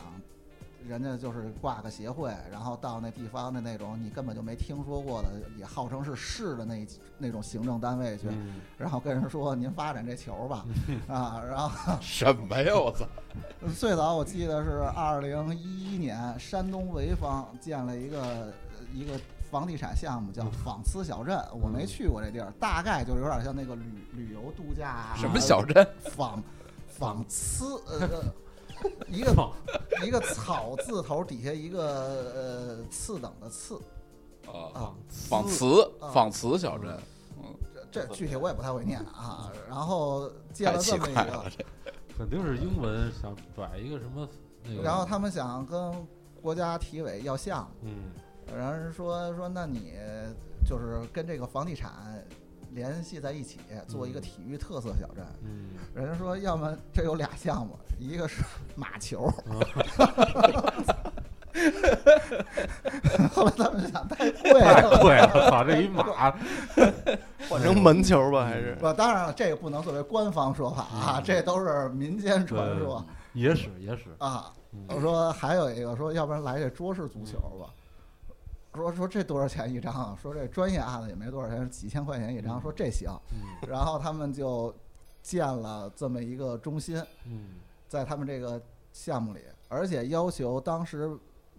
人家就是挂个协会，然后到那地方的那种你根本就没听说过的，也号称是市的那那种行政单位去，
嗯
然后跟人说您发展这
(laughs)
球吧，啊，然后
什么呀？我操！
呃最早我记得是二零一一年，山东潍坊建了一个呃一个房地产项目，叫
嗯
纺丝小镇。我没去过这地儿，大概就是有点像那个旅旅游度假啊
什么小镇？
纺纺丝呃。一个一个草字头底下一个呃次等的次
啊，
啊，
仿瓷
啊
仿瓷小镇，
这这具体我也不太会念啊。然后建了这么一
太奇怪了
个，
肯定是英文想拽一个什么那个，
然后他们想跟国家体委要项目，
嗯
然后人说说，那你就是跟这个房地产联系在一起，做一个体育特色小镇。
嗯，
人家说，要么这有俩项目，一个是马球，后来他们想太贵
太
了。
贵了，操这一马，
换成门球吧，还是
不，当然了，这个不能作为官方说法啊，这都是民间传说
野史野史，
啊。
嗯
我说还有一个说，要不然来这桌式足球吧。说说这多少钱一张啊？说这专业案子也没多少钱，几千块钱一张。说这行，
嗯
然后他们就建了这么一个中心，
嗯
在他们这个项目里，而且要求当时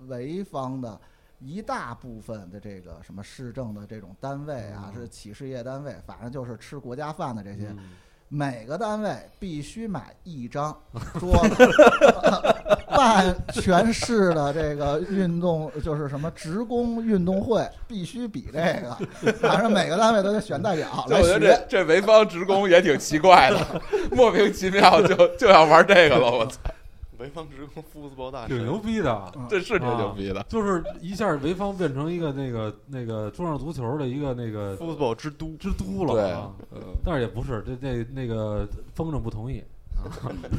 潍坊的一大部分的这个什么市政的这种单位啊，
嗯
是企事业单位，反正就是吃国家饭的这些，
嗯
每个单位必须买一张桌子， (laughs) 办全市的这个运动，就是什么职工运动会，必须比这个，反正每个单位都得选代表
(laughs) 就
来
(laughs) 我觉
学。
得这这潍坊职工也挺奇怪的，莫名其妙就就要玩这个了，我操！
潍坊职工 football
啊
大
挺牛
神？
逼的。
这是挺牛逼的。
就是一下潍坊变成一个那个那个桌上足球的一个那个
football 之都，
之都
对
了啊。，
嗯
但是也不是，这那那个风筝不同意啊， (laughs)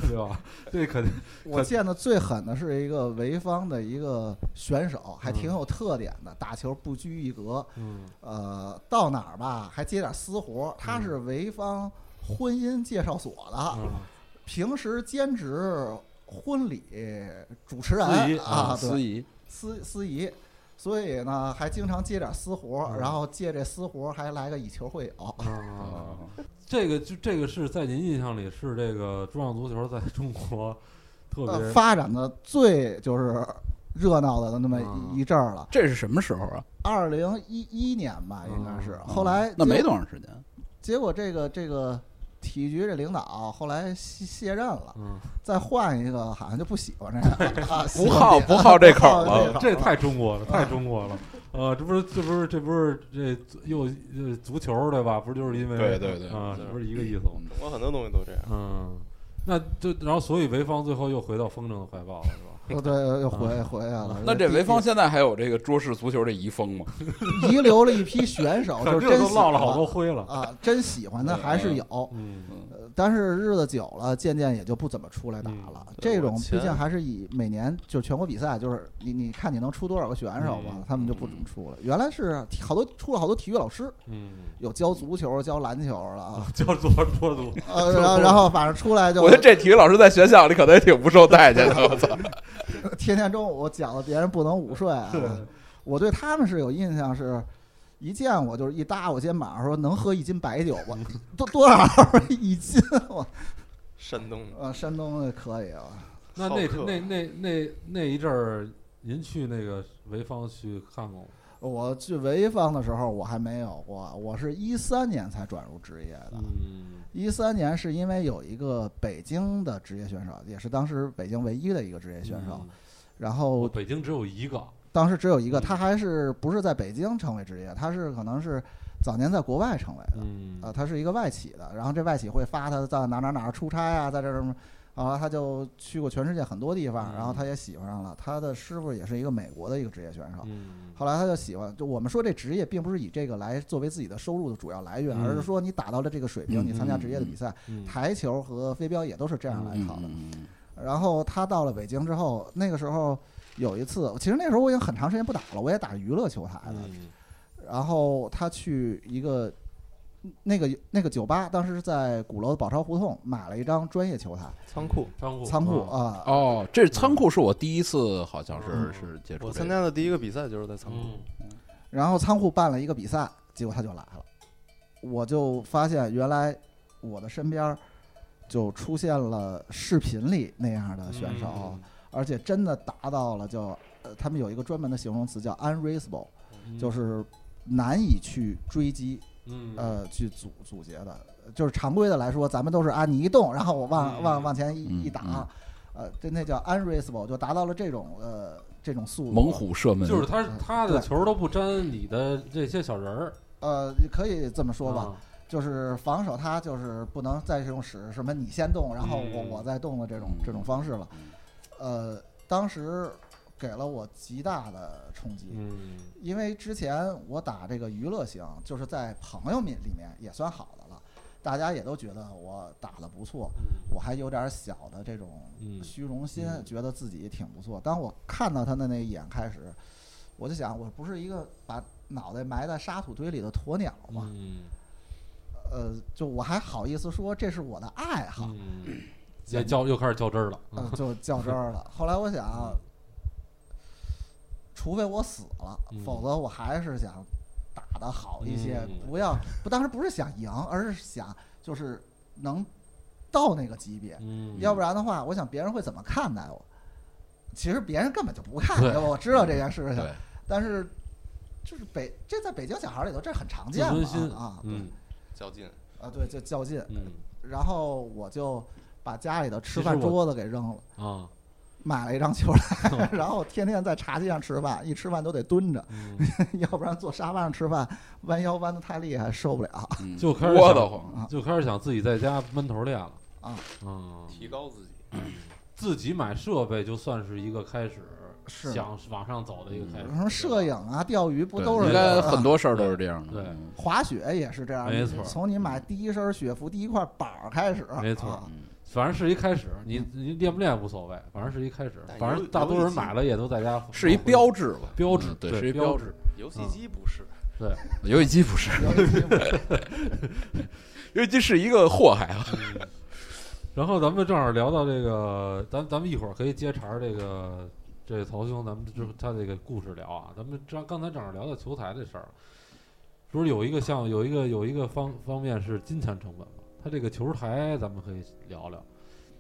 对吧？这肯定
我见的最狠的是一个潍坊的一个选手，还挺有特点的，打球不拘一格，
嗯
呃，到哪儿吧还接点私活儿。他是潍坊婚姻介绍所
啊
的，，平时兼职婚礼主持人
司仪
啊，
司
对，
仪，
司司仪。所以呢，还经常接点私活儿，
嗯
然后借这私活儿还来个以球会友。
啊，这个就这个是在您印象里是这个桌上足球在中国特
呃，
别
发展的最就是热闹的那么
嗯
一一阵儿了。
这是什么时候啊？
二零一一年吧，应该是。
嗯
后来
那没
结
多长时间，
结果这个这个体育局这领导后来卸卸任了，
嗯，
再换一个好像就不喜欢这个了，啊、
(laughs) 不好
喜欢
不好这口
不好口
了
哎这太中国了，太中
(laughs)
国了。呃，这不是这不是这不是这又又足球对吧？不是就是因为
对对对
啊，
对
这不是一个意思吗？
中国很多东西都这样。
嗯，那就然后所以潍坊最后又回到风筝的怀抱了，是吧？
哦对，又回回来了。
嗯那这潍坊现在还有这个桌式足球这遗风吗？
遗留了一批选手，就
(laughs) 肯定
哦真
都
喜
落
欢
了好多灰了。
啊，真喜欢的还是有。
嗯嗯
呃但是日子久了，渐渐也就不怎么出来打了。
对
这
我
种毕
前
竟还是以每年就全国比赛，就是你你看你能出多少个选手吧，
嗯
他们就不怎么出了。原来是好多出了好多体育老师，
嗯，，
有教足球、教篮球了啊
(laughs) 叫做桌
(laughs)
足，
呃，然后然后反正出来就
(laughs) 我觉得这体育老师在学校里可能也挺不受待见的，我操！
(laughs) 天天中午我讲的别人不能午睡、啊，我对他们是有印象是。一见我就是一搭我肩膀，说能喝一斤白酒吧？多多少 (laughs) 一斤？我
山东
呃，山东的可以啊，
那那
好客
那那那那一阵儿，您去那个潍坊去看过吗？
我去潍坊的时候，我还没有过，我是一三年才转入职业的。
嗯
一三年是因为有一个北京的职业选手，也是当时北京唯一的一个职业选手，然
我
后
嗯北京只有一个，
当时只有一
嗯
个，他还是不是在北京成为职业，他是可能是早年在国外成为的，
嗯
啊，他是一个外企的，然后这外企会发他在哪哪哪出差啊，在这儿什么，啊，他就去过全世界很多地方，
嗯
然后他也喜欢上了，他的师傅也是一个美国的一个职业选手，
嗯，
后来他就喜欢，就我们说这职业并不是以这个来作为自己的收入的主要来源，
嗯
而是说你打到了这个水平，
嗯
你参加职业的比赛，
嗯
台球和飞镖也都是这样来考的。然后他到了北京之后，那个时候有一次，其实那时候我已经很长时间不打了，我也打娱乐球台了。
嗯
然后他去一个那个那个酒吧当时是在鼓楼的宝钞胡同买了一张专业球台
仓库，
仓库
仓库
啊，
啊，
哦，这仓库是我第一次，好像是
嗯
是接触
我
这个。
参加的第一个比赛就是在仓库。
嗯
然后仓库办了一个比赛，结果他就来了，我就发现原来我的身边儿就出现了视频里那样的啊选手，
嗯
而且真的达到了叫呃，他们有一个专门的形容词叫 unraceable，、就是
嗯
难以去追击
嗯
呃去阻阻截的，就是常规的来说，咱们都是啊你一动，然后我往
嗯
往往前一
嗯
一打，呃，这那叫 unraceable，就达到了这种呃这种速度，
猛虎射门，
就是他
嗯
他的
对
球都不沾你的这些小人儿，
呃，可以这么说吧，
啊，
就是防守他就是不能再用使什么你先动，然后我
嗯
我再动的这种
嗯
这种方式了。呃，当时给了我极大的冲击，
嗯
因为之前我打这个娱乐型，就是在朋友们里面也算好的了，大家也都觉得我打得不错，我还有点小的这种
嗯
虚荣心，
嗯
觉得自己挺不错。当我看到他的那一眼开始，我就想，我不是一个把脑袋埋在沙土堆里的鸵鸟吗？
嗯
呃，就我还好意思说这是我的爱好，
嗯，也较又开始较真儿了，嗯
呃，就较真儿了。后来我想，除非我死了，
嗯
否则我还是想打得好一些，
嗯
不要不，当时不是想赢，而是想就是能到那个级别，
嗯，
要不然的话，我想别人会怎么看待我？其实别人根本就不看
对嗯
待我，我知道这件事情
对，，
但是就是北这在北京小孩儿里头这很常
自
见
尊心
嘛啊，对
嗯
较劲，
啊对，就较劲，
嗯
然后我就把家里的吃
其
饭
实我
桌子给扔了，
啊，
买了一张球
哦
来， (laughs) 然后天天在茶几上吃饭，一吃饭都得蹲着， (laughs)
嗯
要不然坐沙发上吃饭，弯腰弯的太厉害受不了。
嗯
就开始
窝
想
得慌。
就开始想自己在家闷头练了
啊，
嗯，
提高自己。
自己买设备就算是一个开始，
是
想往上走的一个开始，
什么摄影啊、钓鱼不
对
都是
应
这
该
样
很
吗？
多事儿都是这样的。
对
嗯
滑雪也是这样，
没错
从你买第一身雪服、第一块板儿开始，
没错
啊
反正是一开始，你
嗯
你练不练无所谓，反正是一开始
但，
反正
有
大多
有
人
一些
买了也都在家，
是一标志吧？
标志
嗯，对，
对
是一
标
志。。
游戏
嗯
机不是，
游戏机不是，
有一期
(laughs) 游戏机是一个祸害啊。
(laughs) 然后咱们正好聊到这个，咱咱们一会儿可以接茬儿这个这个曹兄，咱们之后他这个故事聊啊。咱们刚刚才正好聊到球台这事儿了，不是有一个像有一个有一个方方面是金钱成本嘛？他这个球台咱们可以聊聊，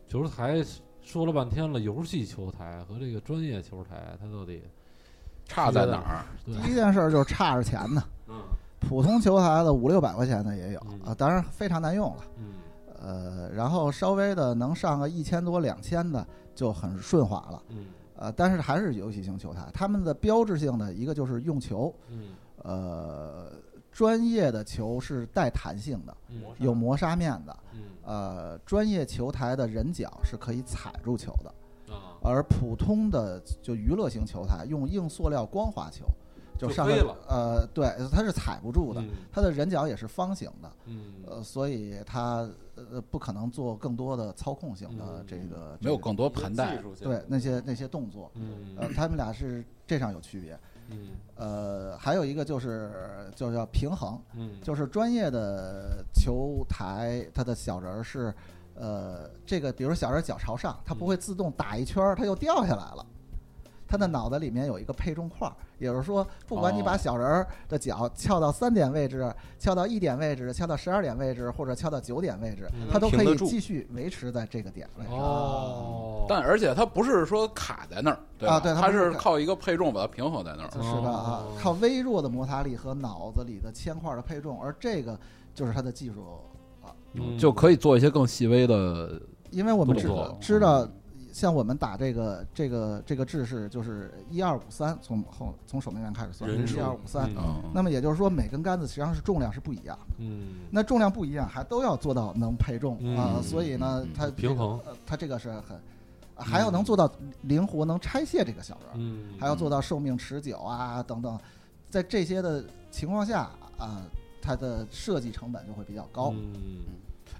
球台说了半天了，游戏球台和这个专业球台，它到底
差在哪儿？
对，
第一件事儿就是差着钱呢，
嗯
普通球台的五六百块钱的也有
嗯
啊，当然非常难用了。
嗯
呃，然后稍微的能上个一千多、两千的就很顺滑了。
嗯
呃，但是还是游戏型球台，他们的标志性的一个就是用球，
嗯
呃，专业的球是带弹性的，
嗯
有磨砂面的，
嗯
呃，专业球台的人脚是可以踩住球的，
啊，
而普通的就娱乐型球台用硬塑料光滑球，就
就
上
飞
来
了
呃，对，它是踩不住的，
嗯
它的人脚也是方形的，
嗯
呃，所以它呃不可能做更多的操控型的
嗯
这个、
没
这
有
个
更多盘带
技，术性
对那些那些动作，
嗯
呃，他们俩是这上有区别。
嗯
呃，还有一个就是就叫平衡，
嗯，
就是专业的球台，它的小人儿是，呃，这个比如小人儿脚朝上，它不会自动打一圈儿，它又掉下来了。它的脑袋里面有一个配重块儿，也就是说，不管你把
哦
小人儿的脚翘到三点位置、翘到一点位置、翘到十二点位置，或者翘到九点位置
嗯，
它都
能
可
停得
以
住
继续维持在这个点位。
哦，
但而且它不是说卡在那儿，对吧
啊对它
它
不是
是
卡
靠一个配重把它平衡在那儿。
就是的啊
哦，
靠微弱的摩擦力和脑子里的铅块的配重，而这个就是它的技术啊，
嗯
就可以做一些更细微的，
因为我们知
动作
知道，
嗯
像我们打这个这个这个制式就是一二五三，从后从手那边开始算，
人
一
数
二五三。
嗯
嗯，
那么也就是说，每根杆子实际上是重量是不一样的，
嗯，
那重量不一样，还都要做到能配重啊，
嗯
所以呢
嗯，
它这个
平衡，
呃它这个是很，啊还要能做到灵活，能拆卸这个小人儿。
嗯，
还要做到寿命持久啊等等，在这些的情况下啊，它的设计成本就会比较高。
嗯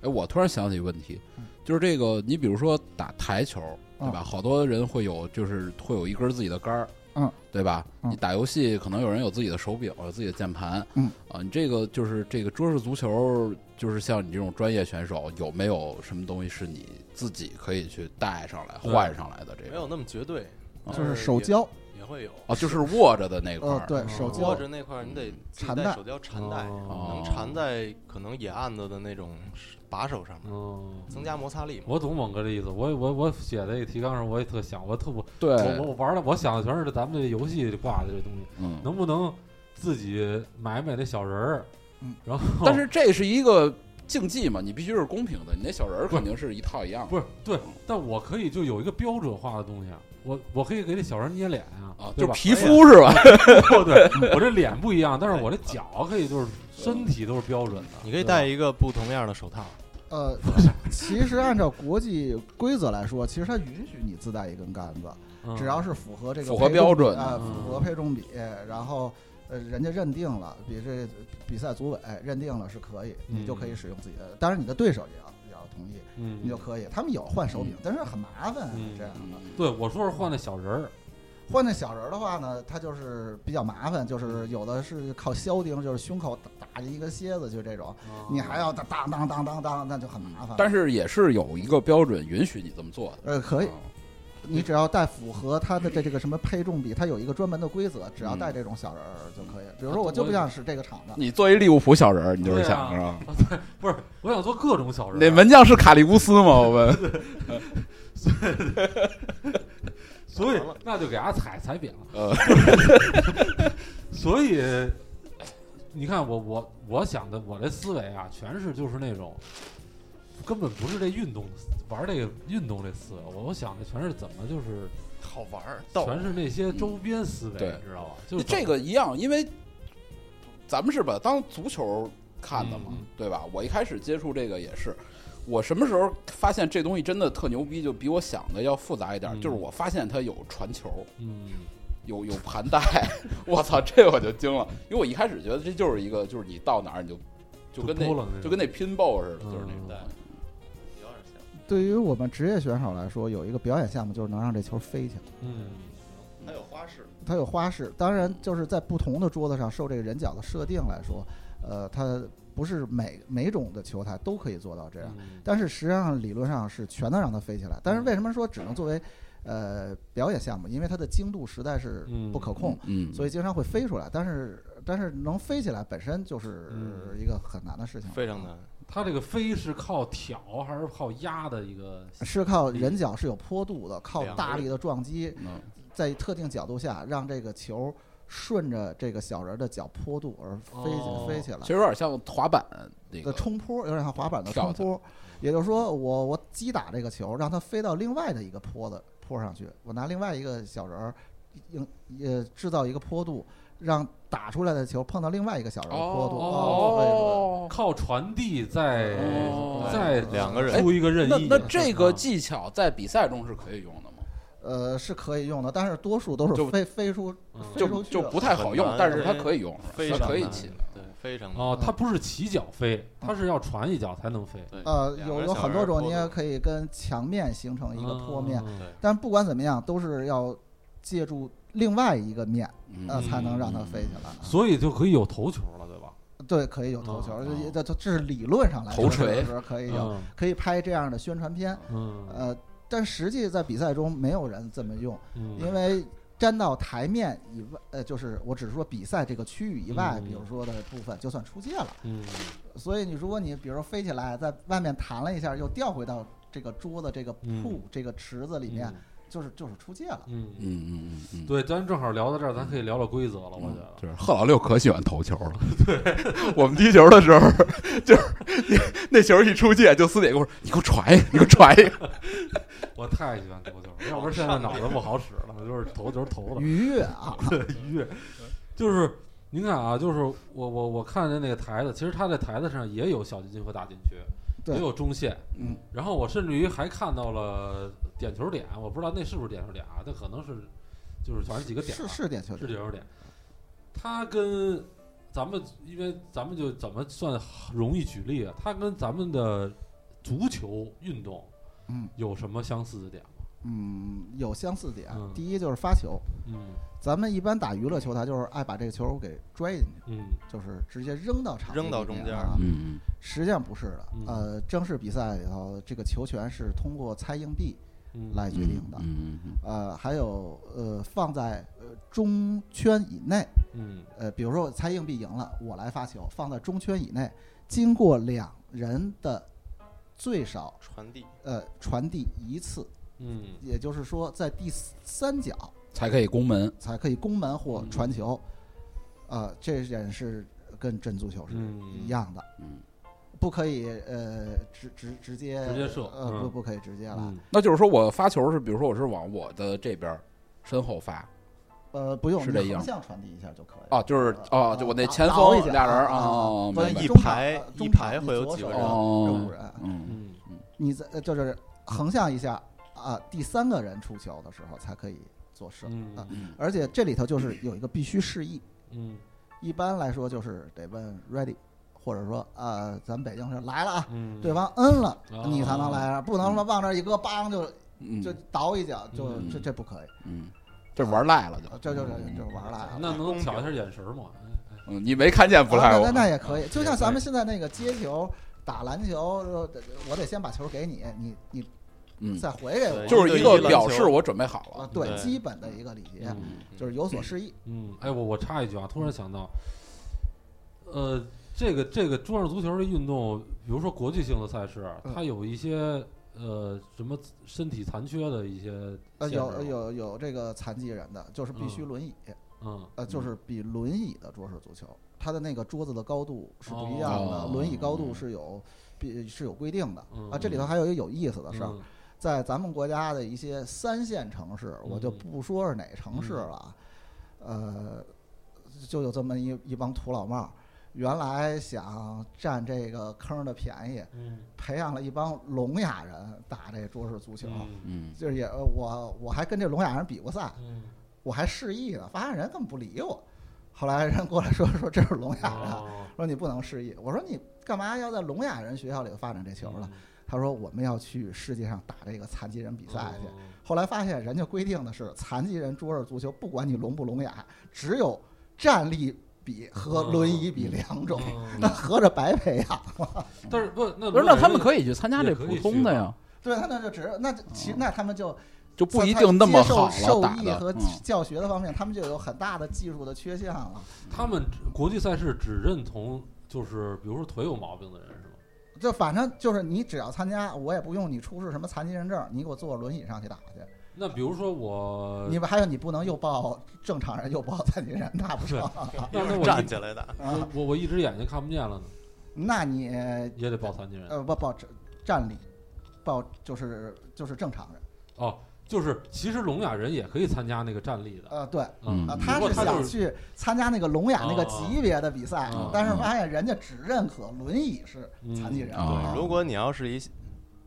哎，我突然想起一个问题
嗯，
就是这个，你比如说打台球，对吧？
嗯
好多人会有，就是会有一根自己的杆儿，
嗯，
对吧？
嗯
你打游戏可能有人有自己的手柄，有自己的键盘，
嗯
啊，你这个就是这个桌式足球，就是像你这种专业选手，有没有什么东西是你自己可以去带上来、
对
换上来的？这
没
个
有那么绝对，但
就是手
也
胶，
也会有。
哦，就是握着的那块
呃
儿，，嗯
对手
握
胶，
着那块儿，你得自己
缠
带
带
手胶缠带，
哦
能缠在可能野案子的那种把手上面，
嗯，
增加摩擦力嘛。
我懂猛哥的意思，我我我写这个提纲上我也特想，我特不，
对
我我我玩的我想的全是咱们这游戏挂的这东西，
嗯，
能不能自己买买那小人儿？
嗯，
然后
但是这是一个竞技嘛，你必须是公平的，你那小人儿肯定是一套一样
(laughs)
的
不是对，但我可以就有一个标准化的东西啊，我我可以给这小人捏脸啊，
啊，
对
就
吧？哎
皮肤
(laughs)
是吧？ (laughs)
对，我这脸不一样，但是我这脚可以就是身体都是标准的，
你可
对
以
吧
戴一个不同样的手套，
呃，其实按照国际规则来说，其实它允许你自带一根杆子，
嗯
只要是符合这个
符合
配重
标准
啊，
的嗯
符合配重比，然后呃，人家认定了，比这比赛组委认定了是可以，
嗯
你就可以使用自己的。当然，你的对手也要也要同意，
嗯
你就可以。他们有换手柄
嗯，
但是很麻烦啊
嗯
这样的。
对我说是换那小人儿，
换那小人儿的话呢，他就是比较麻烦，就是有的是靠削钉，就是胸口打打着一个楔子，就这种，
啊
你还要当当当当当当，那就很麻烦。
哦但是也是有一个标准允许你这么做的。
呃，可以，
啊
你只要带符合它的这这个什么配重比，它有一个专门的规则，只要带这种小人儿就可以。
啊
比如说，我就不想使这个厂的，
你作为利物浦小人儿，你就是
对啊
想着
不是，我想做各种小人儿，啊
那门将是卡利乌斯吗？ (laughs) 我问。
所以那就给他踩踩扁了。
呃，
(laughs) 所以你看我我我想的我这思维啊，全是就是那种根本不是这运动玩这个运动这思维，我我想的全是怎么就是
好玩儿，逗。嗯
全是那些周边思维，
对
你知道吧？就是
这个一样，因为咱们是把它当足球看的嘛，
嗯嗯
对吧？我一开始接触这个也是，我什么时候发现这东西真的特牛逼，就比我想的要复杂一点。
嗯
就是我发现它有传球，
嗯
有有盘带， (laughs) 我操，这我就惊了，因为我一开始觉得这就是一个，就是你到哪儿你就就跟那
就多了那种
就跟那 pinball 似的，
嗯
就是那种
对
东西。
对于我们职业选手来说，有一个表演项目就是能让这球飞起来。
嗯
还有花式，
它有花式，当然就是在不同的桌子上受这个人脚的设定来说，呃，它不是每每种的球台都可以做到这样。
嗯
但是啊实际上理论上是全能让它飞起来。但是为什么说只能作为呃表演项目？因为它的精度实在是
嗯
不可控，
嗯，
所以经常会飞出来。但是但是能飞起来本身就是
嗯
一个很难的事情，
非常难。
它这个飞是靠挑还是靠压的一个？
是靠人脚是有坡度的，靠
两个
大力的撞击，
嗯
在特定角度下让这个球顺着这个小人的脚坡度而飞起、
哦
飞起来
其。实有点像滑板那
的
个
冲坡有点像滑板的冲
跳的
坡，也就是说我我击打这个球，让它飞到另外的一个坡的坡上去，我拿另外一个小人儿，应呃制造一个坡度，让打出来的球碰到另外一个小人儿的坡度。哦，
啊哦
靠传递再
哦
再
两个人
出一个
哎
任
那
意。啊
那这个技巧在比赛中是可以用的吗？
对对呃，是可以用的，但是多数都
就是
飞飞出
嗯
飞
就
出去
就
了
不太好用
很，难
但是它可以用，
非
它
常
可以
难
起来。
对，非常难。
哦，
嗯
它不是起脚飞，它是要传一脚才能飞。
对
啊
呃
两个
有
人
有
小
很
人
多
儿
种，
拖
你也
着
可以跟墙面形成一个坡面，
嗯
对
但不管怎么样都是要借助另外一个面，呃
嗯，
才能让它飞起来。
所以就可以有头球了，对吧？
对，可以有头
哦
球，
哦
这这这是理论上来说
头锤
是可以有，可以拍这样的宣传片，
嗯
呃，但实际在比赛中没有人这么用，
嗯，
因为沾到台面以外，呃，就是我只是说比赛这个区域以外，
嗯
比如说的部分就算出界了。
嗯
所以你如果你比如说飞起来，在外面弹了一下，又掉回到这个桌子、这个铺
嗯、
这个池子里面，就是就是出界了。
嗯嗯，
嗯嗯嗯嗯，
对，咱正好聊到这儿，咱可以聊聊规则了，我觉得。
就是贺老六可喜欢投球了。对，我们踢球的时候，就是那那球一出界，就私底下跟我说：“你给我传一个，你给我传一个。
嗯
我太喜欢头球
(laughs)
了，要不然现在脑子不好使了，就是头球投 (laughs) 的
愉悦啊，
愉悦。就是您看啊，就是我我我看见那个台子，其实它这台子上也有小禁区和大禁区，
对
也有中线，
嗯，
然后我甚至于还看到了点球点，我不知道那是不是点球点啊，那可能是就是反正几个点
是
吧
是点球，
是点球点。它跟咱们，因为咱们就怎么算容易举例啊？它跟咱们的足球运动，
嗯，
有什么相似的点吗？
嗯有相似点
嗯。
第一就是发球，
嗯
咱们一般打娱乐球，它就是爱把这个球给拽进去，
嗯
就是直接扔到场地
扔到
里面
中间
啊。
嗯
实际上不是的
嗯，
呃，正式比赛里头，这个球权是通过猜硬币
嗯，
来决定的。
嗯嗯
呃，还有呃，放在呃中圈以内，
嗯
呃，比如说我猜硬币赢了，我来发球，放在中圈以内，经过两人的最少
传递，
呃传递一次，
嗯
也就是说在第三角
才可以攻门。
才可以攻门
嗯
或传球，呃，这点是跟真足球是一样的，
嗯，
不可以呃直直直接
直接射
呃不
嗯
不可以直接了，
嗯
那就是说我发球是，比如说我是往我的这边儿身后发，
呃不用
是这
你
样
横向传递一下就可以了呃
哦，就是
呃
哦，就我那前
倒一
锋
下
俩人儿
啊啊
哦，
不是
明白
一
中场
排
呃
一
中
排
场
会有
左
几
手
个
扔
人
扔五
哦，
人，啊
嗯
嗯
你在呃就是横向一下啊，第三个人出球的时候才可以做射
嗯
啊。
嗯
而且这里头就是有一个必须示意，
嗯
一般来说就是得问 ready，或者说啊，咱们北京是来了啊，
嗯，
对？方嗯了
哦，
你才能来啊，不能说往这儿一搁，梆就
嗯，
就倒一脚，就
嗯
这这不可以，
嗯，这玩赖了就
啊，这就这就玩赖了。
嗯那能挑一下眼神吗？哎
嗯，你没看见不赖
啊
我
那那那也可以，就像咱们现在那个接球。打篮球，说我得先把球给你，你你
嗯，
再回给我，
对
就是一个表
一
示
对一
我准备好
啊
了，，
对
对
基本的一个礼节，
嗯
就是有所示意。
嗯，哎，我我插一句啊，突然想到，呃，这个这个桌上足球的运动，比如说国际性的赛事，
嗯
它有一些呃什么身体残缺的一些
呃，
限制
有
吗，
有有这个残疾人的，就是必须
嗯
轮椅，
嗯
呃，就是比轮椅的桌式足球，它的那个桌子的高度是不
哦
一样的，轮椅高度是有必是有规定的。啊，这里头还有一个有意思的事儿，
嗯
在咱们国家的一些三线城市，我就
嗯
不说是哪城市了啊，呃，就有这么一一帮土老帽儿，原来想占这个坑儿的便宜，
嗯
培养了一帮聋哑人打这桌式足球。
嗯
嗯
就是也呃我我还跟这聋哑人比过赛，
嗯
我还示意呢，发现人根本不理我。后来人过来说说这是聋哑人，
哦
说你不能示意。我说你干嘛要在聋哑人学校里头发展这球
嗯
呢？他说我们要去世界上打这个残疾人比赛
哦
去。后来发现人家规定的是残疾人桌上足球，不管你聋不聋哑，只有站立比和轮椅比两种，
嗯
那合着白培养。
但是不那
不是，那他们
以
可以去参加这普通的
啊
呀，
对，他那就只那其
哦
那他们就
就不一定那么好
在他
了打
接受受益
的。
和
嗯
教学的方面，他们就有很大的技术的缺陷了。
他们国际赛事只认同就是比如说腿有毛病的人是吗？
就反正就是你只要参加，我也不用你出示什么残疾人证，你给我坐轮椅上去打去。
那比如说
呃
我
你们还有你不能又报正常人又报残疾人，那不成。
那那我
站
一
起来打，
啊，
我我一只眼睛看不见了呢，
那你
也得报残疾人。
呃不报站站立，报就是就是正常人。
哦，就是其实聋哑人也可以参加那个站立的，
呃对。
嗯，
啊，
嗯
他
不过
是
他就
想去参加那个聋哑那个级别的比赛
哦，
但是发现人家只认可轮椅是残疾人。啊
嗯哦
对，如果你要是一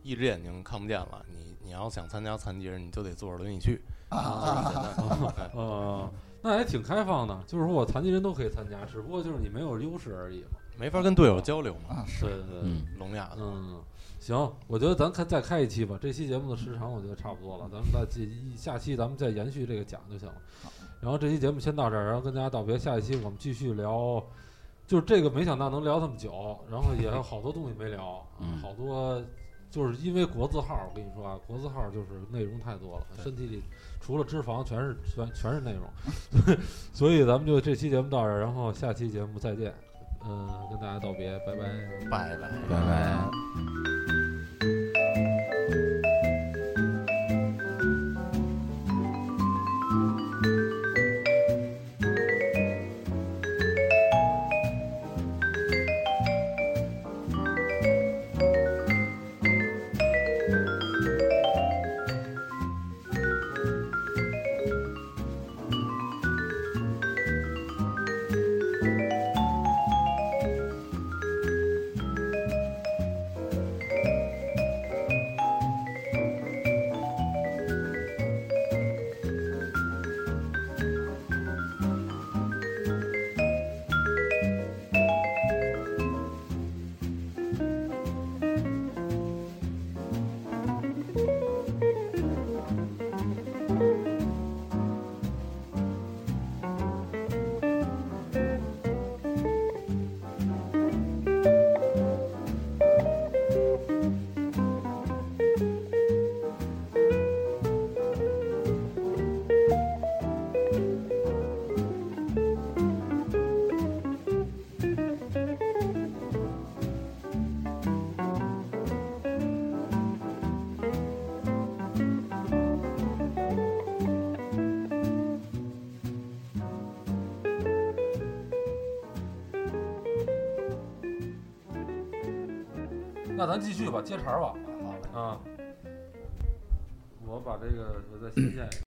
一只眼睛看不见了，你你要想参加残疾人，你就得坐着轮椅去，就是很简单。对
呃，那也挺开放的，就是说我残疾人都可以参加，只不过就是你没有优势而已嘛。
没法跟队友交流嘛，
啊，是
对对对，
嗯
聋哑的。
嗯，行，我觉得咱开再开一期吧，这期节目的时长我觉得差不多了，咱们再继下期咱们再延续这个讲就行了。然后这期节目先到这儿，然后跟大家道别，下一期我们继续聊。就是这个，没想到能聊这么久，然后也有好多东西没
(laughs)
聊，
嗯
好多就是因为国字号，我跟你说啊，国字号就是内容太多了，
对
身体里除了脂肪全是全全是内容， (laughs) 所以咱们就这期节目到这儿，然后下期节目再见，嗯、跟大家道别，拜拜。
拜拜。
嗯拜拜。
那咱继续吧，接茬儿吧。
好嘞，
啊，我把这个我再新建一个。